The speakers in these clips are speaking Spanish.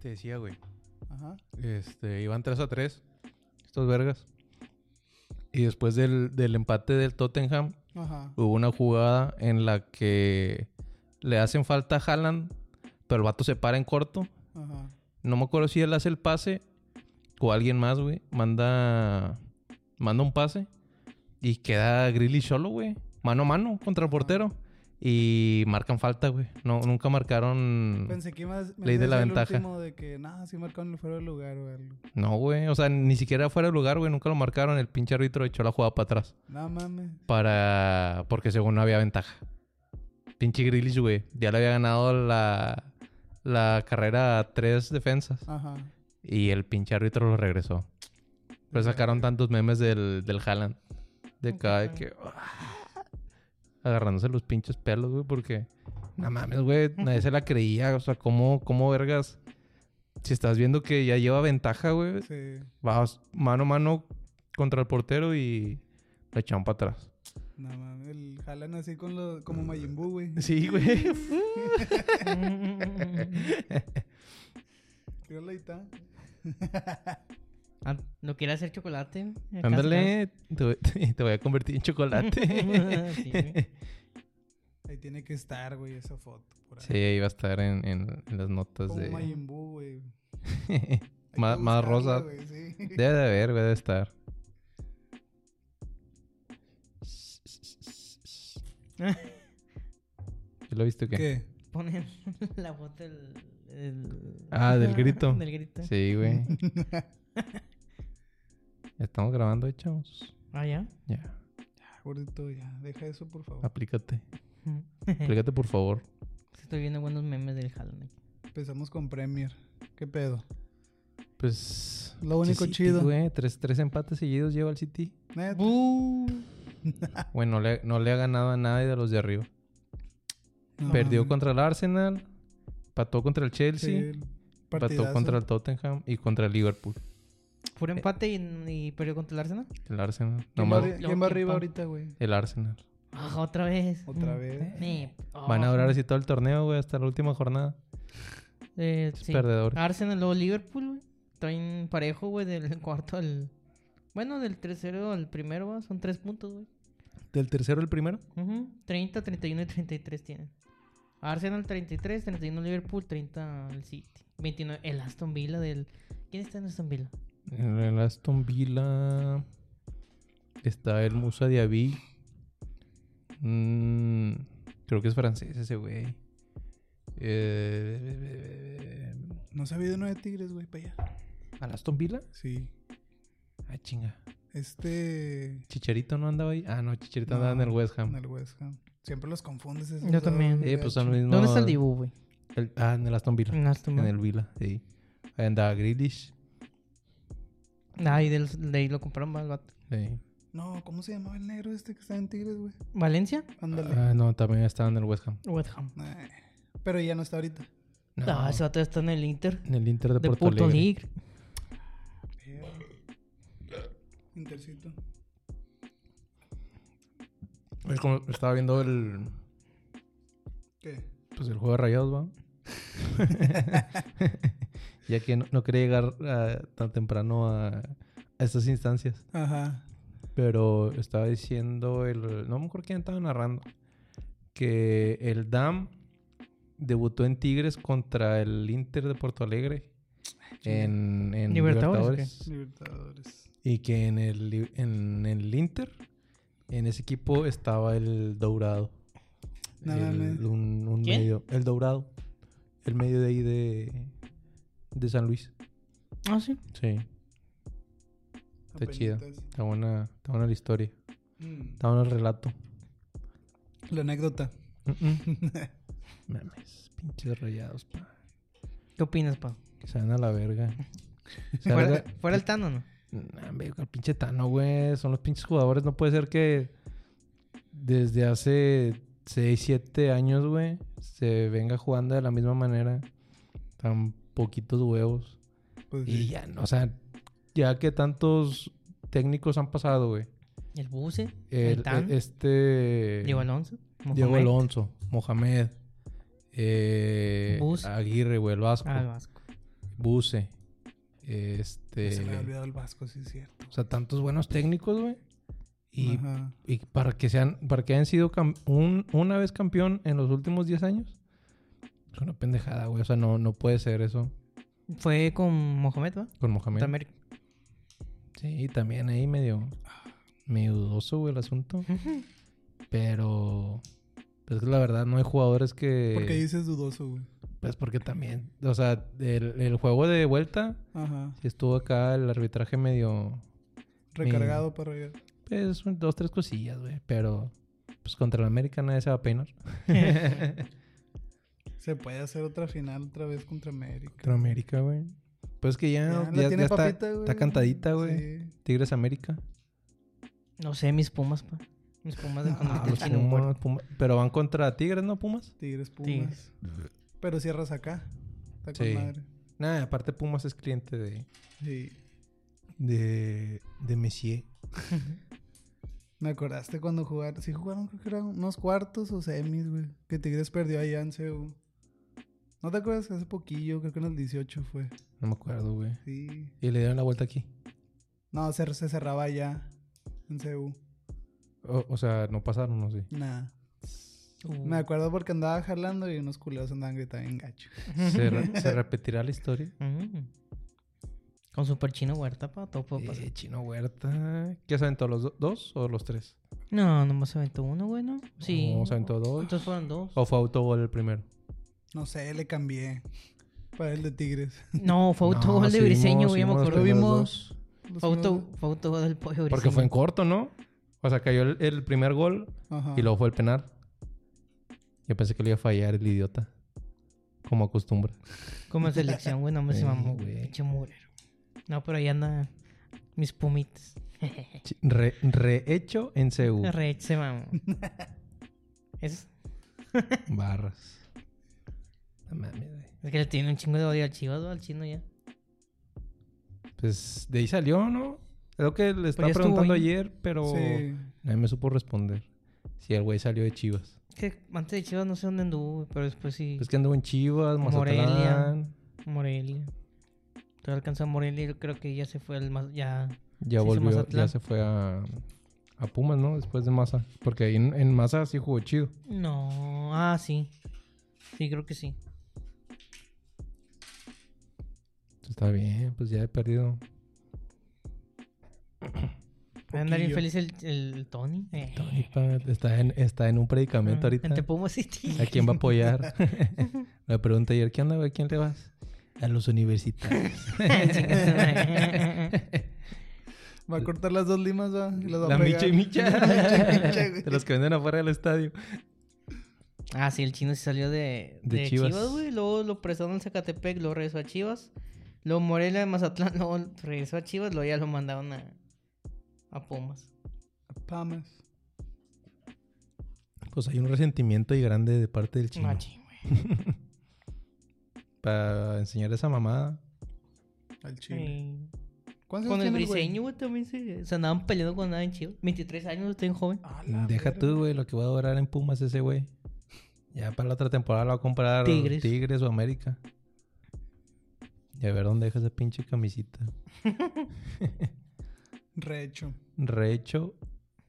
te decía, güey. Ajá. Este, iban 3 a 3. Estos vergas. Y después del, del empate del Tottenham, Ajá. hubo una jugada en la que le hacen falta a Haaland, pero el vato se para en corto. Ajá. No me acuerdo si él hace el pase o alguien más, güey. Manda, manda un pase y queda Grilly solo, güey. Mano a mano contra el portero. Y marcan falta, güey. No, nunca marcaron. Pensé que ibas me Mm. Ley ibas de a la decir el ventaja. último de que nada, sí marcaron el fuera de lugar o algo. No, güey. O sea, ni siquiera fuera de lugar, güey. Nunca lo marcaron. El pinche árbitro echó la jugada para atrás. No mames. Para. Porque según no había ventaja. Pinche Grealish, güey. Ya le había ganado la. La carrera a tres defensas. Ajá. Y el pinche árbitro lo regresó. Pero sacaron tantos memes del, del Haaland. De cada de que. ah, agarrándose los pinches pelos, güey, porque. No mames, güey. Nadie se la creía. O sea, ¿cómo, cómo vergas? Si estás viendo que ya lleva ventaja, güey. Sí. Vas mano a mano contra el portero y lo echaron para atrás. No mames. El jalan así con lo, como Majin Buu, güey. Sí, güey. Mm, Yo la está. Ah, ¿No quiere hacer chocolate? Acá Ándale, te voy, te voy a convertir en chocolate. está. Sí, güey. Ahí tiene que estar, güey, esa foto. Por ahí. Sí, ahí va a estar en, en- en las notas Como de. Majin Buu, güey. Hay que más, más rosa. buscarla, güey, sí. Debe de haber, güey, debe estar. ¿Sí ¿Lo viste o qué? ¿Qué? Ponen la foto del... del- Ah, del grito. del grito. Sí, güey. Estamos grabando, eh, chavos. Ah, ya. Ya, Ah, Gordito, ya. Deja eso, por Ah. favor. aplícate. Aplícate, por favor. Estoy viendo buenos memes del Haaland. aquí. Empezamos con Premier. ¿Qué pedo? Pues. Lo único sí, City, chido. güey. Tres, tres empates seguidos lleva el City. Net. Ah. Bueno, no le, no le ha ganado a nadie de los de arriba. No Perdió mames. contra el Arsenal. Empató contra el Chelsea. Sí, empató partidazo. contra el Tottenham y contra el Liverpool. Eh. Puro empate y, y perdió contra el Arsenal. El Arsenal. ¿Quién Nomás va, arri- quién va arriba ahorita, güey? el Arsenal. Ah, otra vez. Otra Mm. vez. Sí. Oh. Van a Ah. durar así todo el torneo, güey, hasta la última jornada. Eh, sí. Perdedores. Arsenal o Liverpool, güey. Traen parejo, güey, del cuarto al... Bueno, del tercero al primero, güey. Son tres puntos, güey. ¿Del tercero al primero? Ujú. 30, 31 y 33 tienen. Arsenal 33, 31 Liverpool, 30 el City. 29 el Aston Villa del... ¿Quién está en Aston Villa? En el Aston Villa está el Musa Diaby. Mm, creo que es francés ese güey. Eh, No sabía de uno de Tigres, güey, para allá. ¿Al Aston Villa? Sí. Ah, chinga. Este. ¿Chicharito no andaba ahí? Ah, no, Chicharito andaba en No, el West Ham. en el West Ham. Siempre los confundes. esos Yo dos, también. güey, Eh, pues son los gacho. mismos. ¿Dónde está el Dibu, Mm, güey? el- ah, en el Aston Villa. En Aston En Villa. el Villa, sí. Ahí andaba Grealish. Ah, y del- de ahí lo compraron más vato. Sí. No, ¿cómo se llamaba el negro este que está en Tigres, güey? ¿Valencia? Ándale. Ah, no, también estaba en el West Ham. West Ham. Ay, Pero ya no está ahorita. No, Ah, ese vato está en el Inter. En el Inter de, De Porto, Porto Alegre. Alegre. Pero- Intercito. Es como- estaba viendo el, ¿Qué? pues, el juego de rayados, ¿va? ya que no, no quería llegar ah, tan temprano a, a estas instancias. Ajá. Pero estaba diciendo el... No me acuerdo quién estaba narrando. Que el DAM debutó en Tigres contra el Inter de Porto Alegre. En, en ¿Libertadores Libertadores. Libertadores. Y que en el, li- en el Inter, en ese equipo estaba el Dourado. No mames. el, un, un ¿Quién? medio. El Dourado. El medio de ahí de, de San Luis. Ah, sí. Sí. Está chido. Está buena, está buena la historia. Mm. Está bueno el relato. La anécdota. Mames, pinches rayados, pa. ¿Qué opinas, pa? Que se van a la verga. Se van a ¿Fuera, la- fuera el Tano, no? Nah, hombre, el pinche Tano, güey. Son los pinches jugadores. No puede ser que desde hace 6, 7 años, güey, se venga jugando de la misma manera. Tan poquitos huevos. Pues, Y ya, no, o sea, ya que tantos técnicos han pasado, güey. El Buse, el, El- Tan, e- este. Diego Alonso, Diego Mohamed. Alonso, Mohamed. eh, Bus. Aguirre, güey, el Vasco. Ah, el Vasco. Buse. Este. Pues Se me ha olvidado el Vasco, sí es cierto. O sea, tantos buenos técnicos, güey. Y, Ajá. y para que sean, para que hayan sido cam- un- una vez campeón en los últimos 10 años. Es una pendejada, güey. O sea, no, no puede ser eso Fue con Mohamed, ¿va? con Mohamed. También. Sí, también ahí medio, medio dudoso, güey, el asunto. Pero. pues, Es que la verdad no hay jugadores que. ¿Por qué dices dudoso, güey? Pues porque también. O sea, el, el juego de vuelta. Ajá. Si estuvo acá el arbitraje medio. Recargado para allá. Pues un- dos, tres cosillas, güey. Pero. Pues contra la América nadie se va a peinar. Se puede hacer otra final otra vez contra América. Contra América, güey. Pues que ya. Ya, la ya- tiene ya está, papita, güey. está cantadita, güey. Sí. Tigres América. No sé, mis pumas, pa. Mis pumas de cuando Ah, metí los el chino Pumas, muerto. Pumas. Pero van contra Tigres, ¿no, Pumas? Tigres Pumas. Tigres. Pero cierras acá. Está con Sí. madre. Nada, aparte Pumas es cliente de. Sí. De. De Messier. Me acordaste cuando jugaron. Sí, jugaron, creo que eran unos cuartos o semis, güey. Que Tigres perdió ahí en CU. ¿No te acuerdas? Hace poquillo, creo que en el 18 fue. No me acuerdo, güey. Sí. Y le dieron la vuelta aquí. No, se, se cerraba allá. En CU. O, o sea, no pasaron, no sé. Nada. Uh, Me acuerdo porque andaba jalando y unos culeros andaban gritando en gacho. ¿Se, re- se repetirá la historia? ujú. Mm. Con Super Chino Huerta, pa. Todo puede pasar. Eh, Chino Huerta. ¿Qué se aventó? ¿Los do- dos o los tres? No, nomás se aventó uno, güey, ¿no? Sí. No, se aventó dos. Oh. Entonces fueron dos. ¿O fue autogol el primero? No sé, le cambié. Para el de Tigres. No, fue No, autogol de sí Briseño, vimos- güey, ya me vimos los acuerdo. primeros Vimos- dos. Los Fue auto- culeros- fue autogol del pollo Briseño. Porque fue en corto, ¿no? O sea, cayó el, el primer gol Ajá. y luego fue el penal. Yo pensé que le iba a fallar el idiota. Como acostumbra. Como en selección, güey, nomás se Sí, mamó, güey. güey. Pinche murero. No, pero ahí anda mis pumitas. Chi- re- rehecho en CU. Re, se mamó. es, Barras. No mames, güey. es que le tiene un chingo de odio al chivas, güey, al chino ya. Pues de ahí salió, ¿no? Es lo que le estaba Pues ya estuvo preguntando ahí. ayer, pero Sí. nadie me supo responder. Si el güey salió de Chivas. Pues Es que antes de chivas no sé dónde anduvo, güey, pero después sí. Es que anduvo en Chivas, Morelia. Mazatlán. Morelia. Todavía alcanzó a Morelia y yo creo que ya se fue al más. Ya. Ya Sí, hizo volvió, ya Mazatlán. se fue a, a Pumas, ¿no? Después de Maza. Porque ahí en, en Maza sí jugó chido. No. Ah, sí. Sí, creo que sí. Entonces, está bien, pues ya he perdido. Va a Andar Poquillo. infeliz el, el Tony. Eh. Tony Pat Está en, está en un predicamento Ah, ahorita. Entre Pumas y Tigres. ¿A quién va a apoyar? La pregunta ayer, ¿qué onda, güey? ¿A quién le vas? A los universitarios. Va a cortar las dos limas, va. Y las va La a pegar. micha y micha. La micha y micha, güey. De los que venden afuera del estadio. Ah, sí, el chino se salió de, De de, Chivas. Chivas, güey. Luego lo prestaron en Zacatepec, lo regresó a Chivas. Luego Morelia de Mazatlán, luego regresó a Chivas, luego ya lo mandaron a, a Pumas. Pamas. Pues hay un resentimiento y grande de parte del chino. Machi, güey. Para enseñar esa mamada. Al chile. Sí. ¿Cuántos Con años el tiene güey? briseño, güey, también se, se andaban peleando con nada en Chivas. 23 años, estoy joven. A la Deja verga. tú, güey, lo que va a durar en Pumas ese güey. Ya para la otra temporada lo va a comprar Tigres, Tigres. o América. Y a ver dónde deja esa pinche camisita. Recho. Rehecho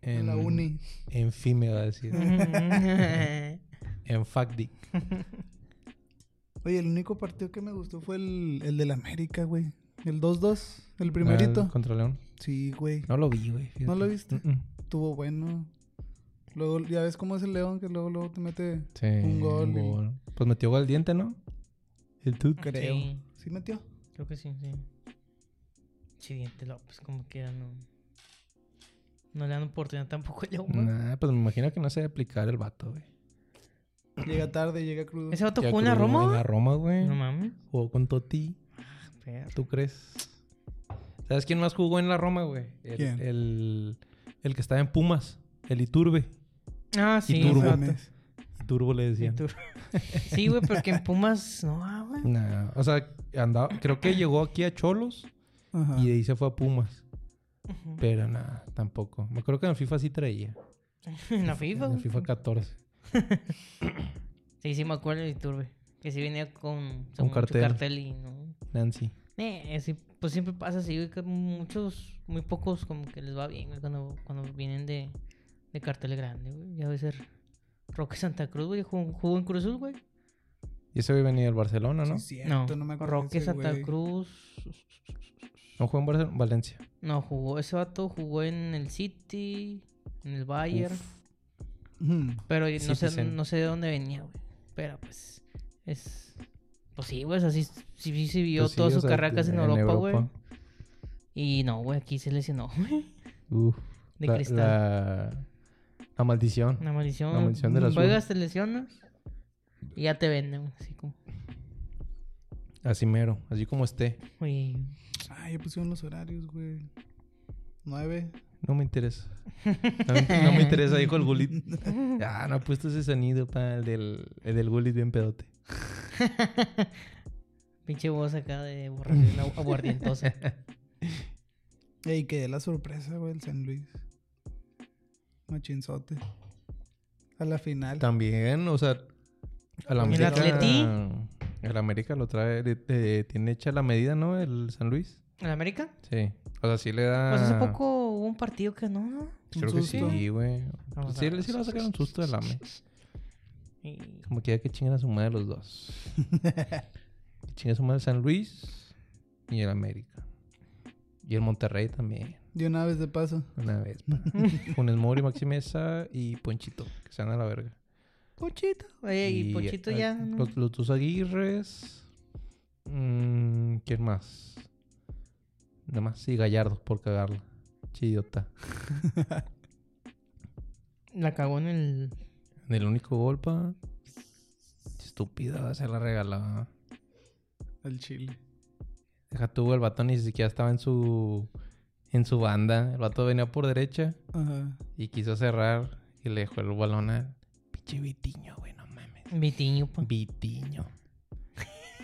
en, En la uni. En FIME va a decir. en FACDIC. Oye, el único partido que me gustó fue el, el del América, güey. El 2-2. El primerito. Ah, Contra León. Mm, Sí, güey. No lo vi, güey. fíjate. ¿No lo viste? Mm-mm. Estuvo bueno. Luego, ya ves cómo es el León, que luego, luego te mete. Sí. Un gol y- Pues metió gol al diente, ¿no? El Tut. Creo. Sí. Sí, metió. Creo que sí, sí. Chidiente López, como quiera, no. No le dan oportunidad tampoco a León, güey. Nah, pues me imagino que no se debe aplicar el vato, güey. Llega tarde, llega crudo. Ese vato Ya jugó en la cruzó Roma, En güey. la Roma, güey. No mames. Jugó con Toti. Perro. ¿Tú crees? ¿Sabes quién más jugó en la Roma, güey? El, ¿Quién? El, el que estaba en Pumas, el Iturbe. Ah, sí. Turbo. ese vato. Mames. Iturbo le Y decían. Turbo. Sí, güey, porque en Pumas. No, ah, güey. Nah, o sea, andaba, creo que llegó aquí a Cholos Ajá. y de ahí se fue a Pumas. Ujú. Pero nada, tampoco. Me acuerdo que en FIFA sí traía. En la FIFA, En güey. FIFA 14. Sí, sí, me acuerdo de Iturbe. Que sí venía con, Con mucho cartel. y no. Nancy. Eh, sí, pues siempre pasa así, güey, que muchos, muy pocos como que les va bien, güey, cuando, cuando vienen de, de cartel grande, güey. Ya a veces Roque Santa Cruz, güey, jugó, jugó en Cruzul, güey. Y ese güey venía del Barcelona, ¿no? Sí, cierto, no me acuerdo Roque ese Santa güey. Cruz. No jugó en Barce- Valencia. No, jugó, ese vato jugó en el City, en el Bayern. Ujú. Pero no sé, Citizen. no sé de dónde venía, güey. Pero pues, es. Pues sí, güey, o sea, sí, sí, sí, sí vio Pues sí, todas o sus sea, carracas en, Europa, güey. Y no, güey, aquí se lesionó, güey. Uf, De la, cristal. la- la maldición. Una maldición. la maldición del azul. Juegas, te lesionas y ya te venden, güey, así como. Así mero, así como esté. Oye, Ay, Ah, ya pusieron los horarios, güey. Nueve. No me interesa. No me, no me interesa, dijo el gulit. Ah, no ha puesto ese sonido, pa, el del, el del gulit bien pedote. pinche voz acá de borración agu- aguardientosa. Ey, quedé la sorpresa, güey, el San Luis. Machinzote. A la final. También, o sea, a la ¿Y el América. Atleti? El América lo trae, le- eh, tiene hecha la medida, ¿no? El San Luis. ¿En América? Sí. O sea, sí le da. Pues hace poco hubo un partido que no, no. Creo Un que susto. sí, güey. Vamos a Sí, ver. le- sí le va a sacar un susto del AME. Y- Como que ya que chingan a su madre los dos. que chingan a su madre San Luis y el América. Y el Monterrey también. De una vez de paso. Una vez. pa. Funes Mori, Maximeza y Ponchito. Que se van a la verga. Pochito. Oye, y, Pochito ah, ya. ¿no? Los, los dos Aguirres. Mm, ¿Quién más? Nada más. Sí, Gallardo, por cagarla. Chidiota. La cagó en el. En el único gol, pa. Estúpida, se la regalaba. Al Chile. Deja tú, el vato ni siquiera estaba en su... En su banda. El vato venía por derecha Ajá. y quiso cerrar y le dejó el balón al... Pinche Vitiño, güey, no mames. Vitiño, pa. Vitiño.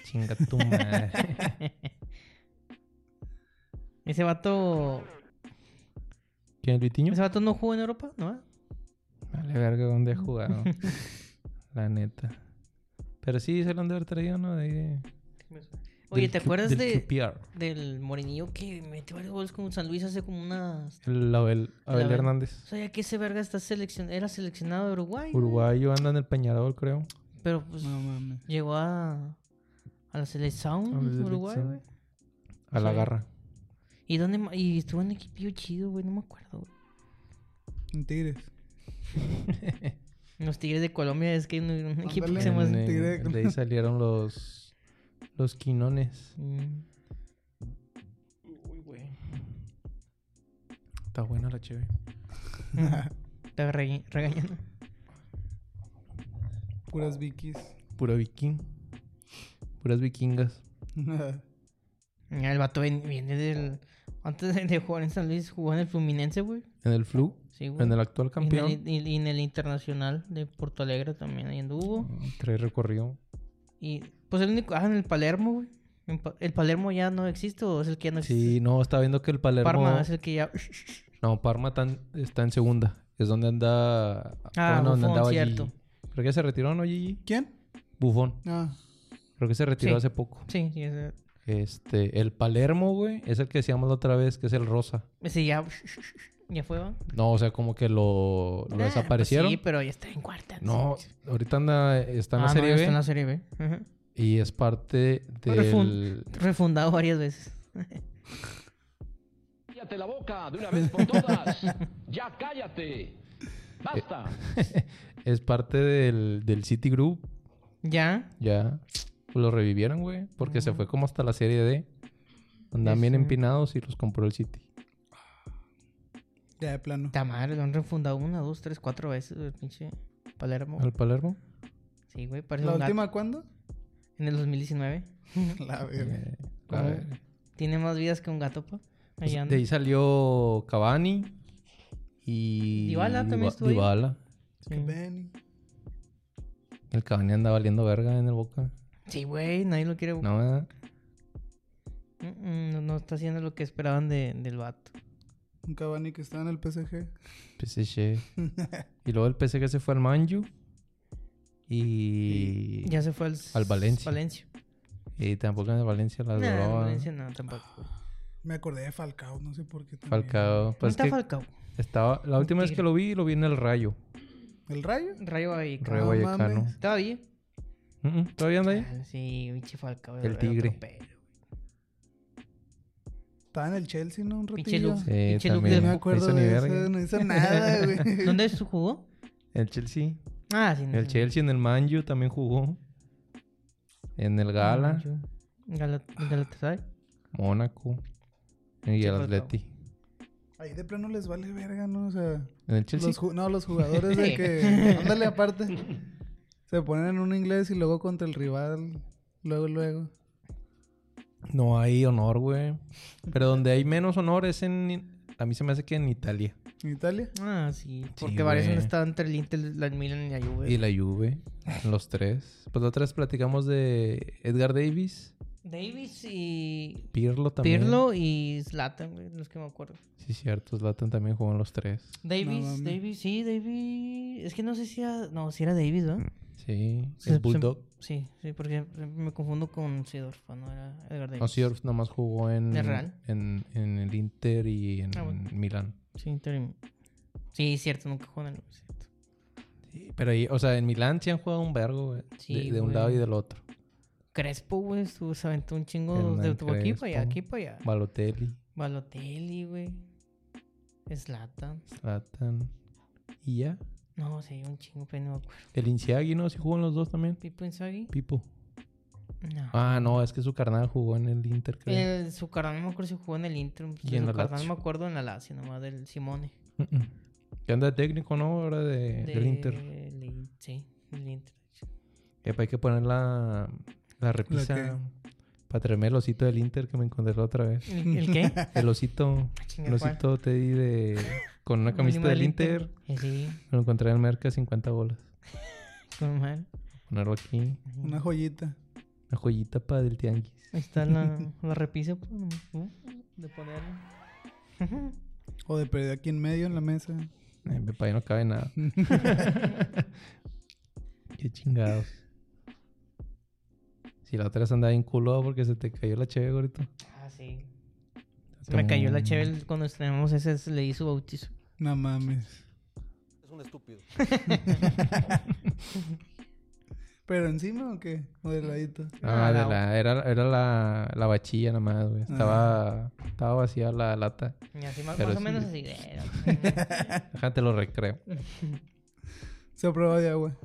Chinga tu madre. Ese vato. ¿Quién es Vitiño? Ese vato no jugó en Europa, ¿no? Vale, verga, ¿dónde ha jugado? La neta. Pero sí, se lo han de haber traído, ¿no? De ahí de- Oye, del ¿te Q- acuerdas del de, QPR. del Morenillo que metió varios goles con San Luis hace como unas. El Abel, Abel Abel. O Hernández. sea, ya que ese verga está seleccion... era seleccionado de Uruguay. güey. Uruguayo anda en el Peñarol, creo. Pero pues No mames. llegó a. A la selección A la Uruguay, selección. Mm, güey. A la Sí. garra. ¿Y dónde ma- Y estuvo en equipo chido, güey. No me acuerdo, güey. En Tigres. En Los Tigres de Colombia es que hay un, un equipo que Ándale. se llama. En, más eh, directo. de ahí salieron los... Los quinones. Mm. Está buena la chévere. Estaba rega- regañando. Puras vikis. Puro viking. Puras vikingas. Ya, El vato ven- viene del. Antes de- de jugar en San Luis, jugó en el Fluminense, güey. En el flu. Sí, güey. En el actual campeón. Y en el, y- y en el Internacional de Porto Alegre también, ahí anduvo. Trae recorrido. Y pues el único. Ah, en el Palermo, güey. En Pa- ¿El Palermo ya no existe o es el que ya no existe? Sí, no, está viendo que el Palermo... Parma es el que ya. No, Parma tan- está en segunda. Es donde anda. Ah, bueno, donde Buffon, andaba cierto. Gigi. Creo que se retiró, ¿no, Gigi? ¿Quién? Bufón. Ah, Creo que se retiró Sí. hace poco. Sí, sí, ese, Este, el Palermo, güey, es el que decíamos la otra vez, que es el Rosa. ese ya. Ya fue, ¿va? No, o sea, como que lo, lo Ah, desaparecieron. pues sí, pero ya está en cuarta. No, ahorita anda, está Ah, en no, la Serie ya B está en la Serie B. Ajá. y es parte Pero fue un- del. Refundado varias veces. Cállate la boca de una vez por todas. Ya cállate. Basta. es parte del, del City Group. Ya. Ya pues, lo revivieron, güey, porque se fue como hasta la Serie D. Andaban Sí, bien sí. empinados y los compró el City. ya de plano. Ta madre, lo han refundado una, dos, tres, cuatro veces, güey, pinche Palermo. ¿Al Palermo? Sí, güey, parece ¿La un gato. última cuándo? En el 2019. La verga. Eh, ¿Cómo? a ver. Tiene más vidas que un gato, pa. Pues, Ahí anda. de ahí salió Cavani y Dybala también Dyba- estuvo ahí. Dybala. Sí. Benny. El Cavani anda valiendo verga en el Boca. Sí, güey, nadie lo quiere. No. No, ¿verdad? no, no está haciendo lo que esperaban de- del vato. Un Cavani que estaba en el PSG. PSG. y luego el PSG se fue al Manju Y. Ya se fue al, Al Valencia. Valencia. Y tampoco en el Valencia la Nah, duró. Valencia no, tampoco. Me acordé de Falcao, no sé por qué. también. Falcao. ¿Dónde Pues está que Falcao? estaba, la última vez que Tigre. lo vi, lo vi en el Rayo. ¿El Rayo? Rayo Vallecano. Rayo No Vallecano. mames. ¿Todavía? Mm, mm, ¿Todavía anda ahí? Ah, Sí, pinche Falcao. El era Tigre. otro pedo. Estaba en el Chelsea, ¿no? Un Pinche ratillo. Lux. Sí, pinche también. No Lux me No del... acuerdo hizo ni de verga. eso, no hizo nada, güey. ¿Dónde su- jugó? El Chelsea. Ah, sí. no. El Chelsea en el Manju también jugó. En Ah, el Gala, Gala- Galatasaray. Mónaco y el Sí, Falcao. Atleti. Ahí de plano les vale verga, ¿no? O sea, En el Chelsea. los, ju- no, los jugadores de que... Ándale, aparte. Se ponen en un inglés y luego contra el rival. Luego, luego. No hay honor, güey. Pero donde hay menos honor es en. A mí se me hace que en Italia. ¿En Italia? Ah, sí. Porque Sí, varios han güey. estado entre el Inter, la Milan y la Juve. Y la Juve. Los tres. Pues la otra vez platicamos de Edgar Davis. Davis y... Pirlo también. Pirlo y Zlatan, güey, los que me acuerdo. Sí, cierto. Zlatan también jugó en los tres. Davis, mames. Davis, sí, Davis. Es que no sé si era... No, si era Davis, ¿verdad? Sí. Mm, Se- El se- Bulldog. Sí, sí, porque siempre me confundo con Sidorf, no era Edgar Davis. No, Seedorf nomás jugó en, ¿De Real? en, en el Inter y en Ah, bueno. Milán. Sí, Inter y- Sí, cierto, nunca jugó en el... Cierto. Sí, pero ahí, o sea, en Milán sí han jugado un vergo, güey. Sí, de, de un güey. lado y del otro. Crespo, güey, estuvo- se aventó un chingo Hernán de tu aquí para allá, Crespo. aquí para allá. Balotelli, Balotelli, güey. Slatan. Zlatan y ya. No, sí, un chingo, pero no me acuerdo. El Inciagui, ¿no? Sí jugó en los dos también. ¿Pipo Inzaghi? Pipo. No. Ah, no, es que su carnal jugó en el Inter, creo. El, su carnal no me acuerdo si jugó en el Inter. ¿Y su en la carnal Lazio? me acuerdo en la Lazio, nomás del Simone. Mm-mm. Que anda de técnico, ¿no? Ahora de, Eh, del De- Inter. el In- sí, el Inter. Epa, hay que poner la, la repisa para traerme el osito del Inter que me encontré la otra vez. ¿El, el qué? El osito, Chinga, el ¿cuál? osito Teddy de, con una camiseta Mínimo del Inter. Eh, Sí, Lo encontré en el merca 50 bolas. con mal. Ponerlo aquí. Una joyita. Una joyita para del tianguis. Ahí está la, la repisa, pues, nomás, uh, de ponerlo. O de perder aquí en medio, en la mesa. Eh, mi papá ya no cabe nada. Qué chingados. Si la otra vez andaba bien culo porque se te cayó la cheve, gorito. Ah, sí. Se me cayó la chévere cuando estrenamos ese, le di su bautizo. No mames. Es un estúpido. ¿Pero encima o qué? ¿O de ladito? Ah, Ah, de la- Ah. la- era, era la, la bachilla nada más, güey. Estaba, estaba vacía la lata. Y así, más, Pero más o sí. menos así. eh, no, Déjate lo recreo. Se prueba de agua.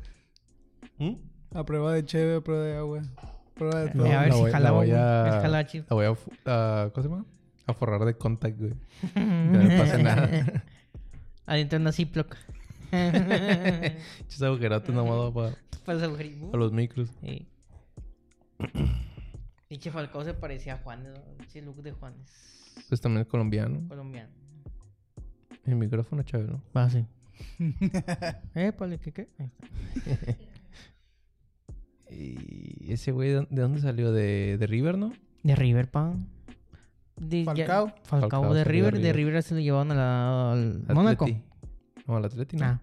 ¿Mm? A prueba de cheve, a prueba de agua. A prueba de todo. Eh, a ver La si voy- la jalaba voy un- a- el jalachi. La voy a... fu- ah, ¿Cómo se llama? A forrar de contact, güey. Que no le pase nada. Adentro una Ziploc. Chis agujerotes nomás para, Pasa Pues el gringo. para los micros. Sí. Pinche Falcao se parecía a Juanes, ¿no? Pinche look de Juanes, Pues también es colombiano. colombiano. El micrófono, chévere, ¿no? Va, sí. eh, pale, ¿qué qué? Y ese güey, ¿de de dónde salió? ¿De, de River, no? De River, pa. De, ya- Falcao. Falcao, Falcao de salió de River, de River. River se lo llevaron a la, al Atleti. Mónaco. No, al Atleti, ¿no? Ah.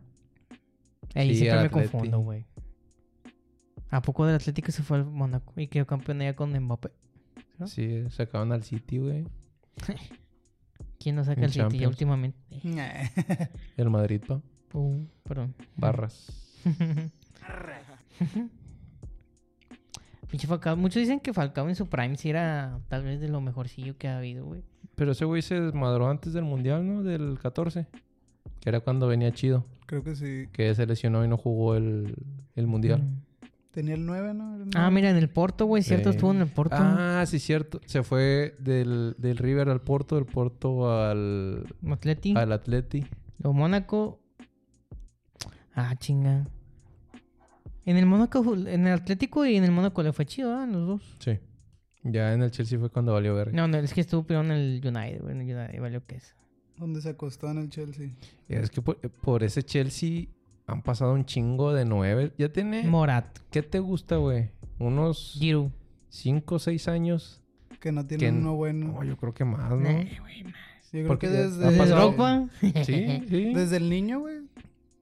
Ahí Sí, al siempre me Atleti. confundo, güey. ¿A poco del Atlético se fue al Mónaco y quedó campeón allá con Mbappé? ¿no? Sí, sacaban al City, güey. ¿Quién no saca En el City ya Champions. últimamente? Eh, El Madrid, pa. uh, perdón. Barras. Pinche Falcao. Muchos dicen que Falcao en su prime sí era tal vez de lo mejorcillo que ha habido, güey. Pero ese güey se desmadró antes del Mundial, ¿no? Del 14. Que era cuando venía chido. Creo que sí. Que se lesionó y no jugó el, el Mundial. Mm. Tenía el 9, ¿no? Era el Ah, nueve. mira, en el Porto, güey. Cierto, Sí. estuvo en el Porto. Ah, sí, cierto. Se fue del, del River al Porto, del Porto al, Atleti. al Atleti. Luego Mónaco. Ah, chinga. En el Mónaco, ju- en el Atlético y en el Mónaco le fue chido, ¿ah? En los dos. Sí. Ya en el Chelsea fue cuando valió verga. No, no, es que estuvo peor en el United, güey. En el United valió que es. Donde se acostó en el Chelsea. Es que por, por ese Chelsea han pasado un chingo de nueve. Ya tiene... Eh. Morat, ¿Qué te gusta, güey? Unos Giroud. 5 o 6 años. Que no tiene Que n- uno bueno. No, yo creo que más, ¿no? Nah, güey, Yo creo porque que ya- desde... ha ¿Desde pasado- Drogba? Sí, sí. Desde el niño, güey. Mm,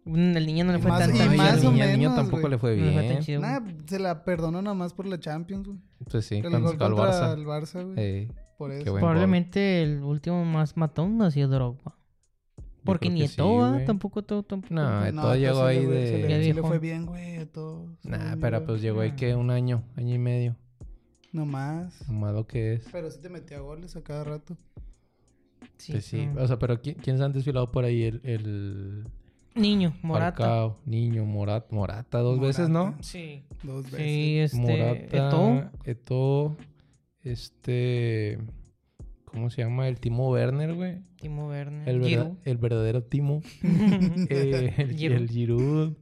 Pues, El niño no le Y fue más- tan y tan bien. más o al niño menos, tampoco güey. le fue No le fue tan bien. chido, güey. Nah, se la perdonó nada más por la Champions, güey. Pues sí, El cuando gol sacó al contra Barça. el Barça, güey. Eh, por qué eso. buen gol. Probablemente el último más matón ha sido Drogba. Yo Porque creo ni que sí, Etoa güey. tampoco, todo, tampoco. No, tampoco. eh, todo llegó sí le- ahí güey, de- pues se le- Ya sí le viejo. fue bien, güey. a Todo. se le fue Nah, bien, pero güey. pues llegó ahí Ah. que un año, año y medio. No más. Nomás lo que es. Pero sí te metía goles a cada rato. Sí, Pues sí. no. O sea, pero ¿quién, quién se han desfilado por ahí? El, el Niño, Morata. Falcao, Niño, Morata. Morata dos veces, ¿no? Morata. Sí. Dos veces. Sí, este. Morata. Eto'o. Eto'o, Este. ¿Cómo se llama? El Timo Werner, güey. Timo Werner. El, verda- Giroud. el verdadero Timo. Eh, el, Giroud. el Giroud.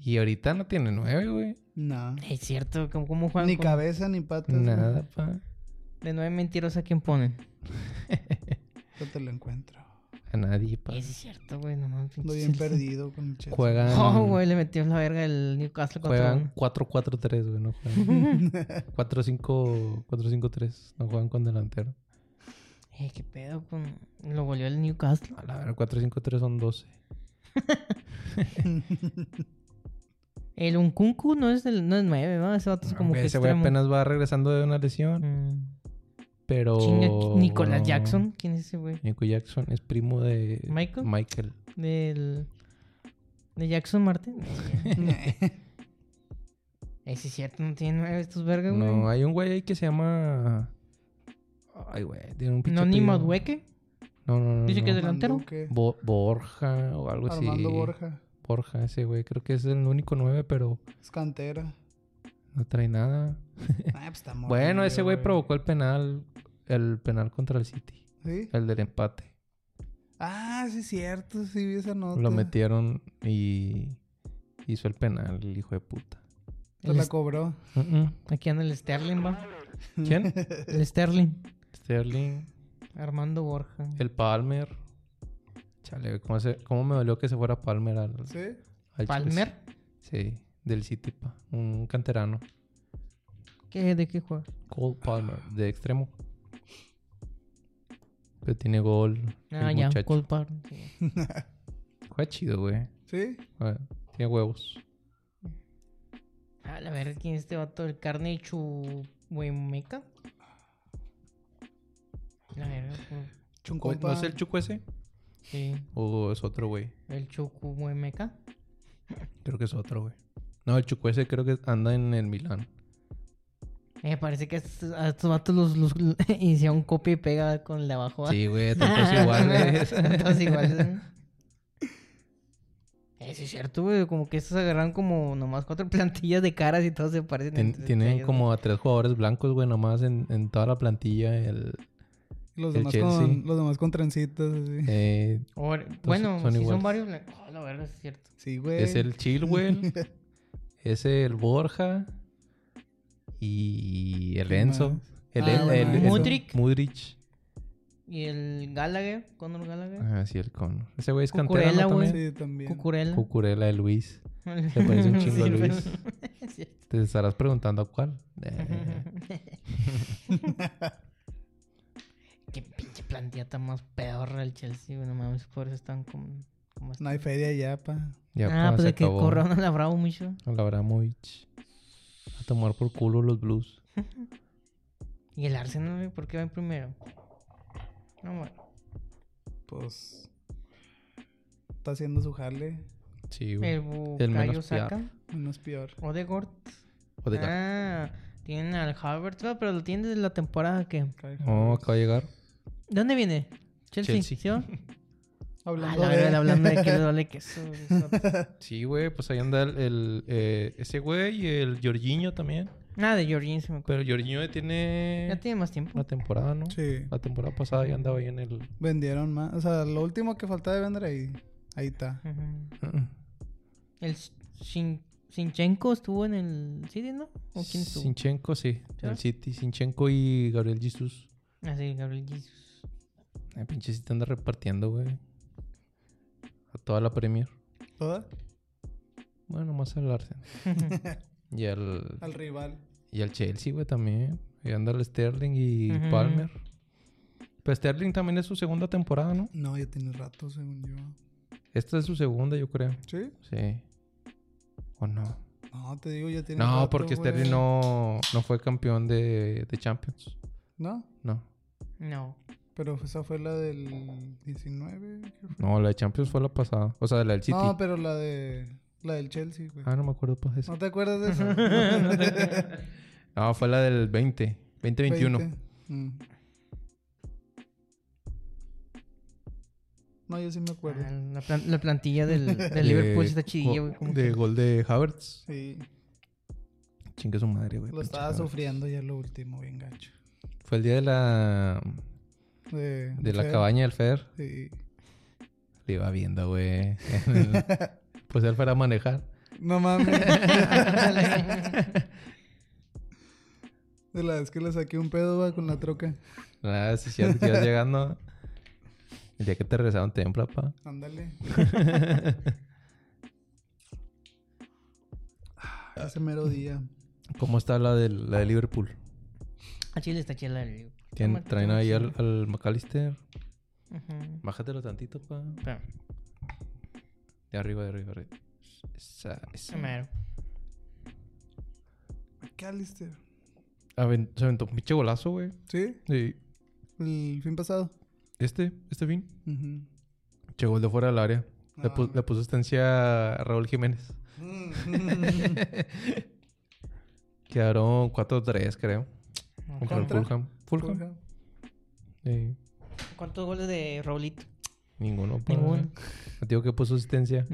Y ahorita no tiene nueve, güey. No. Es cierto, ¿cómo, cómo juegan? Ni con- cabeza ni patas. güey. Nada, pa. De nueve mentirosos a quién ponen. Yo te lo encuentro. A nadie, pa. Es cierto, güey, no mames. Ando pinche bien Celso. perdido con el Chelsea. Juegan. Oh, güey, le metió la verga el Newcastle contra Juegan 4-4-3, güey. No juegan. 4-5- 4-5-3. No juegan con delantero. Eh, qué pedo con... Lo goleó el Newcastle. A la verdad, 4-5-3 son 12. El Unkunku no es del... No es nueve, ¿no? Ese vato es como Ah, Güey, que ese güey extremo. apenas va regresando de una lesión. Mm. Pero. Chinga, Nicolás Oh, no. Jackson. ¿Quién es ese güey? Nico Jackson es primo de. ¿Michael? Michael. Del... De Jackson Martin. Ese es cierto, no tiene nueve estos vergas, güey. No, No, hay un güey ahí que se llama. Ay, güey. Tiene un pinche ni apellido. Madueque. No, no, no. Dice que no. es delantero. Manduque, Bo- Borja o algo así. Armando Borja. Borja, ese güey. Creo que es el único 9, pero Es cantera. no trae nada. Ah, pues está Bueno, morrillo, ese güey provocó el penal. El penal contra el City. ¿Sí? El del empate. Ah, sí, es cierto. Sí, vi esa nota. Lo metieron y. Hizo el penal, el hijo de puta. Se la cobró. Mm-mm. Este, Aquí anda el Sterling, va. ¿Quién? El Sterling. Sterling. Armando Borja. El Palmer. Chale, güey, ¿cómo, se- cómo me dolió que se fuera Palmer al, al ¿Sí? Chelsea? Palmer. Sí, del City, pa. Un canterano. ¿Qué, ¿De qué juega? Cole Palmer, de extremo. Pero tiene gol. Ah, el ya, muchacho. Cole Palmer, sí. Juega chido, güey. ¿Sí? Juega- Tiene huevos. Ah, la verga, ¿quién es este vato? El carne chuemeca. La verga, güey. Oye, Chuncompa. ¿No es el Chuco ese? Sí, ¿O es otro, güey? el chucuemeca. Creo que es otro, güey. No, el Chuco ese creo que anda en el Milán. Eh, parece que a estos, a estos vatos los, los hicieron copia y pega con el de abajo. ¿va? Sí, güey, tantos iguales. Son todos iguales. ¿no? Eh, sí, es cierto, güey. Como que estos agarran como nomás cuatro plantillas de caras y todos se parecen. Tien- entre tienen ellos, como a tres jugadores blancos, güey, nomás en, en toda la plantilla. El, Los el demás, Chelsea. con, los demás con trencitas. Así. eh, ¿no? O- bueno, son sí iguales. son varios. la- Oh, la verga, sí es cierto. Sí, güey. Es el Chilwell. es el Borja. Y el ¿Quién Enzo. más? El, Ah, el- bueno, el- Enzo. Mudryk. Mudryk. Y el Gallagher, Conor Gallagher. Ah, sí, el con. Ese güey es Cucurella, cantera, ¿no? güey. También. Sí, también. Cucurella. Cucurella de Luis. Se parece un chingo a Luis. Es cierto. Te estarás preguntando cuál. Eh, Qué pinche plantilla más pedorra el Chelsea, güey. No mames, por eso están como. como No hay feria ya, pa. ya ah, pa, pues se de que acabó. corrieron a la Bravo mucho. Abramovich. A tomar por culo los blues. Y el Arsenal, güey, ¿por qué va en primero? No, bueno. Pues. Está haciendo su jale. Sí, El güey. El Bukayo menos peor. Saka. Menos peor. Odegaard. Odegaard. Ah, tienen al Havertz, va, pero lo tienen desde la temporada que... No, Oh, acaba de llegar. ¿De dónde viene? Chelsea, Chelsea. ¿sí va? Ah, Hablando la de... verdad, hablando de que le vale queso. Sí, güey, pues ahí anda el, el, eh, ese güey y el Jorginho también. Nada de Jorginho se me ocurre. Pero Jorginho tiene Ya tiene más tiempo. la temporada, ¿no? Sí. La temporada pasada ya andaba ahí en el. Vendieron más. O sea, lo último que faltaba de vender ahí. Ahí está. Ujú. El Shin- Sinchenko estuvo en el City, ¿no? ¿O quién estuvo? Sinchenko, sí. ¿Ya? El City. Sinchenko y Gabriel Jesus. Ah, sí, Gabriel Jesus. El pinche City anda repartiendo, güey. A toda la Premier. ¿Toda? Bueno, más al Arsenal. y al. Al rival. Y al Chelsea, güey, también. Ahí anda el Sterling y Ujú. Palmer. Pero Sterling también es su segunda temporada, ¿no? No, ya tiene rato, según yo. Esta es su segunda, yo creo. ¿Sí? Sí. ¿O no? No, te digo, ya tiene. No, rato, porque güey. Sterling no, no fue campeón de, de Champions. No, No. No. pero esa fue la del 19. ¿qué fue? No, la de Champions fue la pasada. O sea, de la del City. No, pero la de. La del Chelsea, güey. Ah, no me acuerdo pues eso. ¿No te acuerdas de eso? No te- No, fue la del 20. 2021. 20. Mm. No, yo sí me acuerdo. Ah, La, plan- la plantilla del, del Liverpool está chidilla, güey. como De que- gol de Havertz. Sí. Chingue su madre, güey. Lo pinche estaba Havertz. sufriendo ya lo último, bien gacho. Fue el día de la De, de la Fer. cabaña del Fer. Sí. Le iba viendo, güey. pues él fuera a manejar. No mames. De la vez que le saqué un pedo va, con la troca. Nada, si ya ibas llegando. El día que te regresaron temprano, pa. Ándale. Ah, Ese mero día. ¿Cómo está la de, la de Liverpool? A Chile está chila del Liverpool. ¿Tien- Toma- ¿Traen toma ahí al, chile. al McAllister? Ujú. Bájatelo tantito, pa. Espera, De arriba, de arriba, de arriba. Esa, esa. primero. McAllister. Aven- se aventó un pinche golazo, güey. ¿Sí? Sí. El fin pasado. Este, este fin. Ujú. Llegó el de fuera del área. Le, No pu- mames. le puso estancia a Raúl Jiménez. Quedaron 4-3, creo. No, Contra el ¿cómo? ¿Contra? Fulham. Fulham. Fulham. Sí. ¿Cuántos goles de Raulito? Ninguno. pa. Ninguno. No digo que puso asistencia.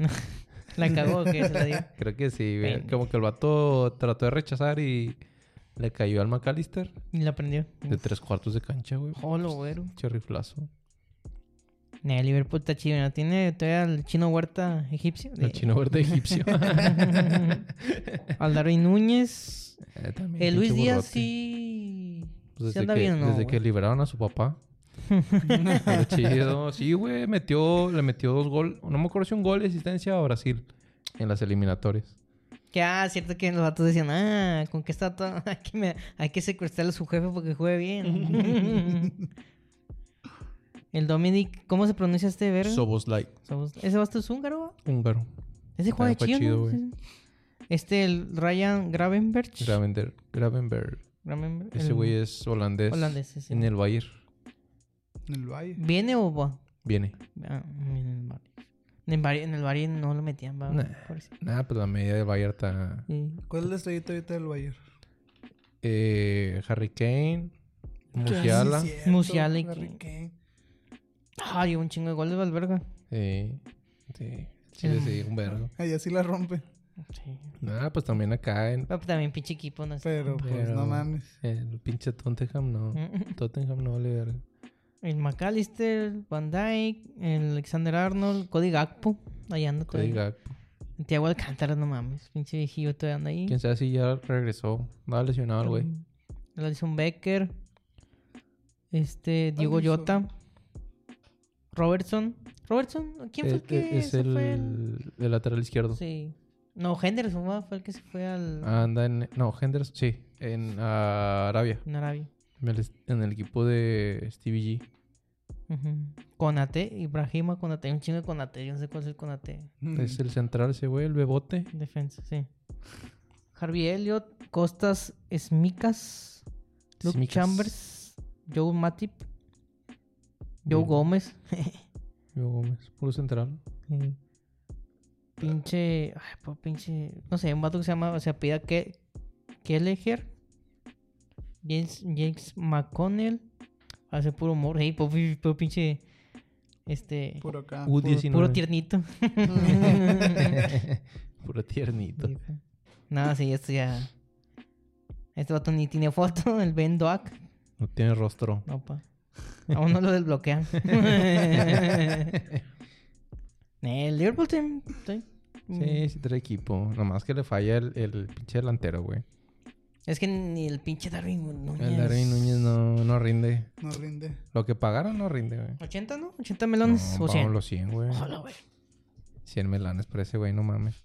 La cagó, que se la dio. Creo que sí. güey. Ven. Como que el vato trató de rechazar y le cayó al McAllister Y la prendió. de tres cuartos de cancha, güey. Jolo, güero. Pinche riflazo. Nah, el Liverpool está chido. ¿no? Tiene todavía al chino Huerta egipcio. El chino verde egipcio. Al Darwin Núñez. Eh, también El Luis pinche Díaz borrote. sí. Pues sí desde anda que, bien, ¿no? desde que güey? liberaron a su papá. Qué chido. Sí, güey, metió, le metió dos goles. No me acuerdo si un gol de asistencia a Brasil en las eliminatorias. Que, ah, cierto que los vatos decían, ah, con qué está todo. Hay que, me- hay que secuestrar a su jefe porque juegue bien. el Dominic, ¿cómo se pronuncia este verga? Soboslai. Sobos- ¿Ese vato es húngaro? va? Húngaro. Ese juega juega chido, chido, ¿no? güey. Sí, sí. Este, el Ryan Gravenberg. Gravenberg. Gravenberg. Gravenberg, Ese el güey es holandés. Holandés, sí, sí. En el Bayern. En el valle. ¿Viene o va? Viene. Ah, en el Bayern. En el Bayern, en el Bayern no lo metían, va. Nah. pobrecito. Nada, pues la media del Bayern está... Sí. ¿Cuál es la estrellita ahorita del Bayern? Eh, Harry Kane. Musiala. Ah, sí, cierto, Musiala y Harry Kane. Kane. Ah, dio un chingo de goles, Valverga. Sí. eh, Sí. Chile Mm. sí, un vergo. Ahí así la rompe. Sí. Nada, pues también acá en... Pero también pinche equipo, no sé. Pero pues Pero- no mames. El pinche Tottenham no. Mm. Tottenham no vale verga. El McAllister, Van Dyke, el Alexander Arnold, Cody Gakpo. Ahí anda Cody todavía. Gakpo. Tiago Alcántara, no mames. Pinche viejillo todavía anda ahí. Mm. Quién sabe si ya regresó. Nada lesionado, el güey. Alison Becker. Este, Diego Alisson. Jota. Robertson. ¿Robertson? ¿Quién fue Eh, el que eh, Es se el, fue al- el lateral izquierdo. Sí. No, Henderson ¿va? fue el que se fue al... Anda en... No, Henderson. Sí. En ah, Arabia. en Arabia. En el, en el equipo de Stevie G. Conate, Ibrahima Conate, un chingo de Conate, yo no sé cuál es el Conate. Es el central ese güey, el bebote. Defensa, sí. Harvey Elliott, Costas Smicas, Luke Tsimikas. Chambers, Joe Matip, Joe Bien. Gómez. Yo Gómez, puro central. pinche, ay, po- pinche, no sé, un vato que se llama, se apellida que Kelleher, James, James McConnell, hace puro humor, hey, po- pi- po- pinche, este, puro, Por acá. U19. puro tiernito. Puro tiernito. Sí, po. no, sí, esto ya, este vato ni tiene foto, el Ben Doak, No tiene rostro. no, pa, aún no lo desbloquean. Eh, el Liverpool también, también. Mm. Sí, sí trae equipo. Nomás que le falla el, el pinche delantero, güey. Es que ni el pinche Darwin Núñez. El Darwin Núñez no, no rinde. No rinde. Lo que pagaron no rinde, güey. 80, ¿no? 80 melones No, o 100. pagaron los 100, güey. Ojalá, güey. 100 melanes para ese güey, no mames.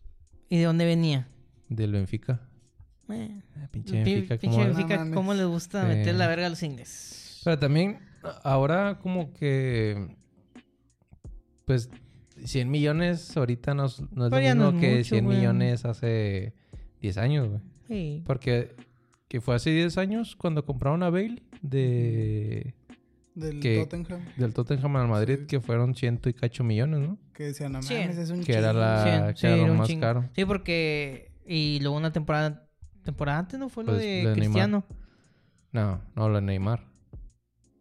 ¿Y de dónde venía? Del Benfica. Eh, Ah, Pinche Pinche Benfica, como... Benfica, No mames. ¿cómo le gusta Sí. meter la verga a los ingleses? Pero también, a- ahora como que... Pues 100 millones ahorita no, es- no es lo Pero ya no mismo es que mucho, 100 güey. millones hace 10 años, güey. Sí. Porque que fue hace 10 años cuando compraron a Bale de, Del que- Tottenham. del Tottenham al Madrid, Sí. que fueron ciento y cacho millones, ¿no? Que decían, no Cien. mames, es un Que era chingo". la- Ah, Sí, que era sí, lo era un más chingo. caro. Sí, porque. Y luego una temporada. Temporada antes, ¿no? Fue lo Pues, de, lo de Neymar. Cristiano. No, no, la Neymar.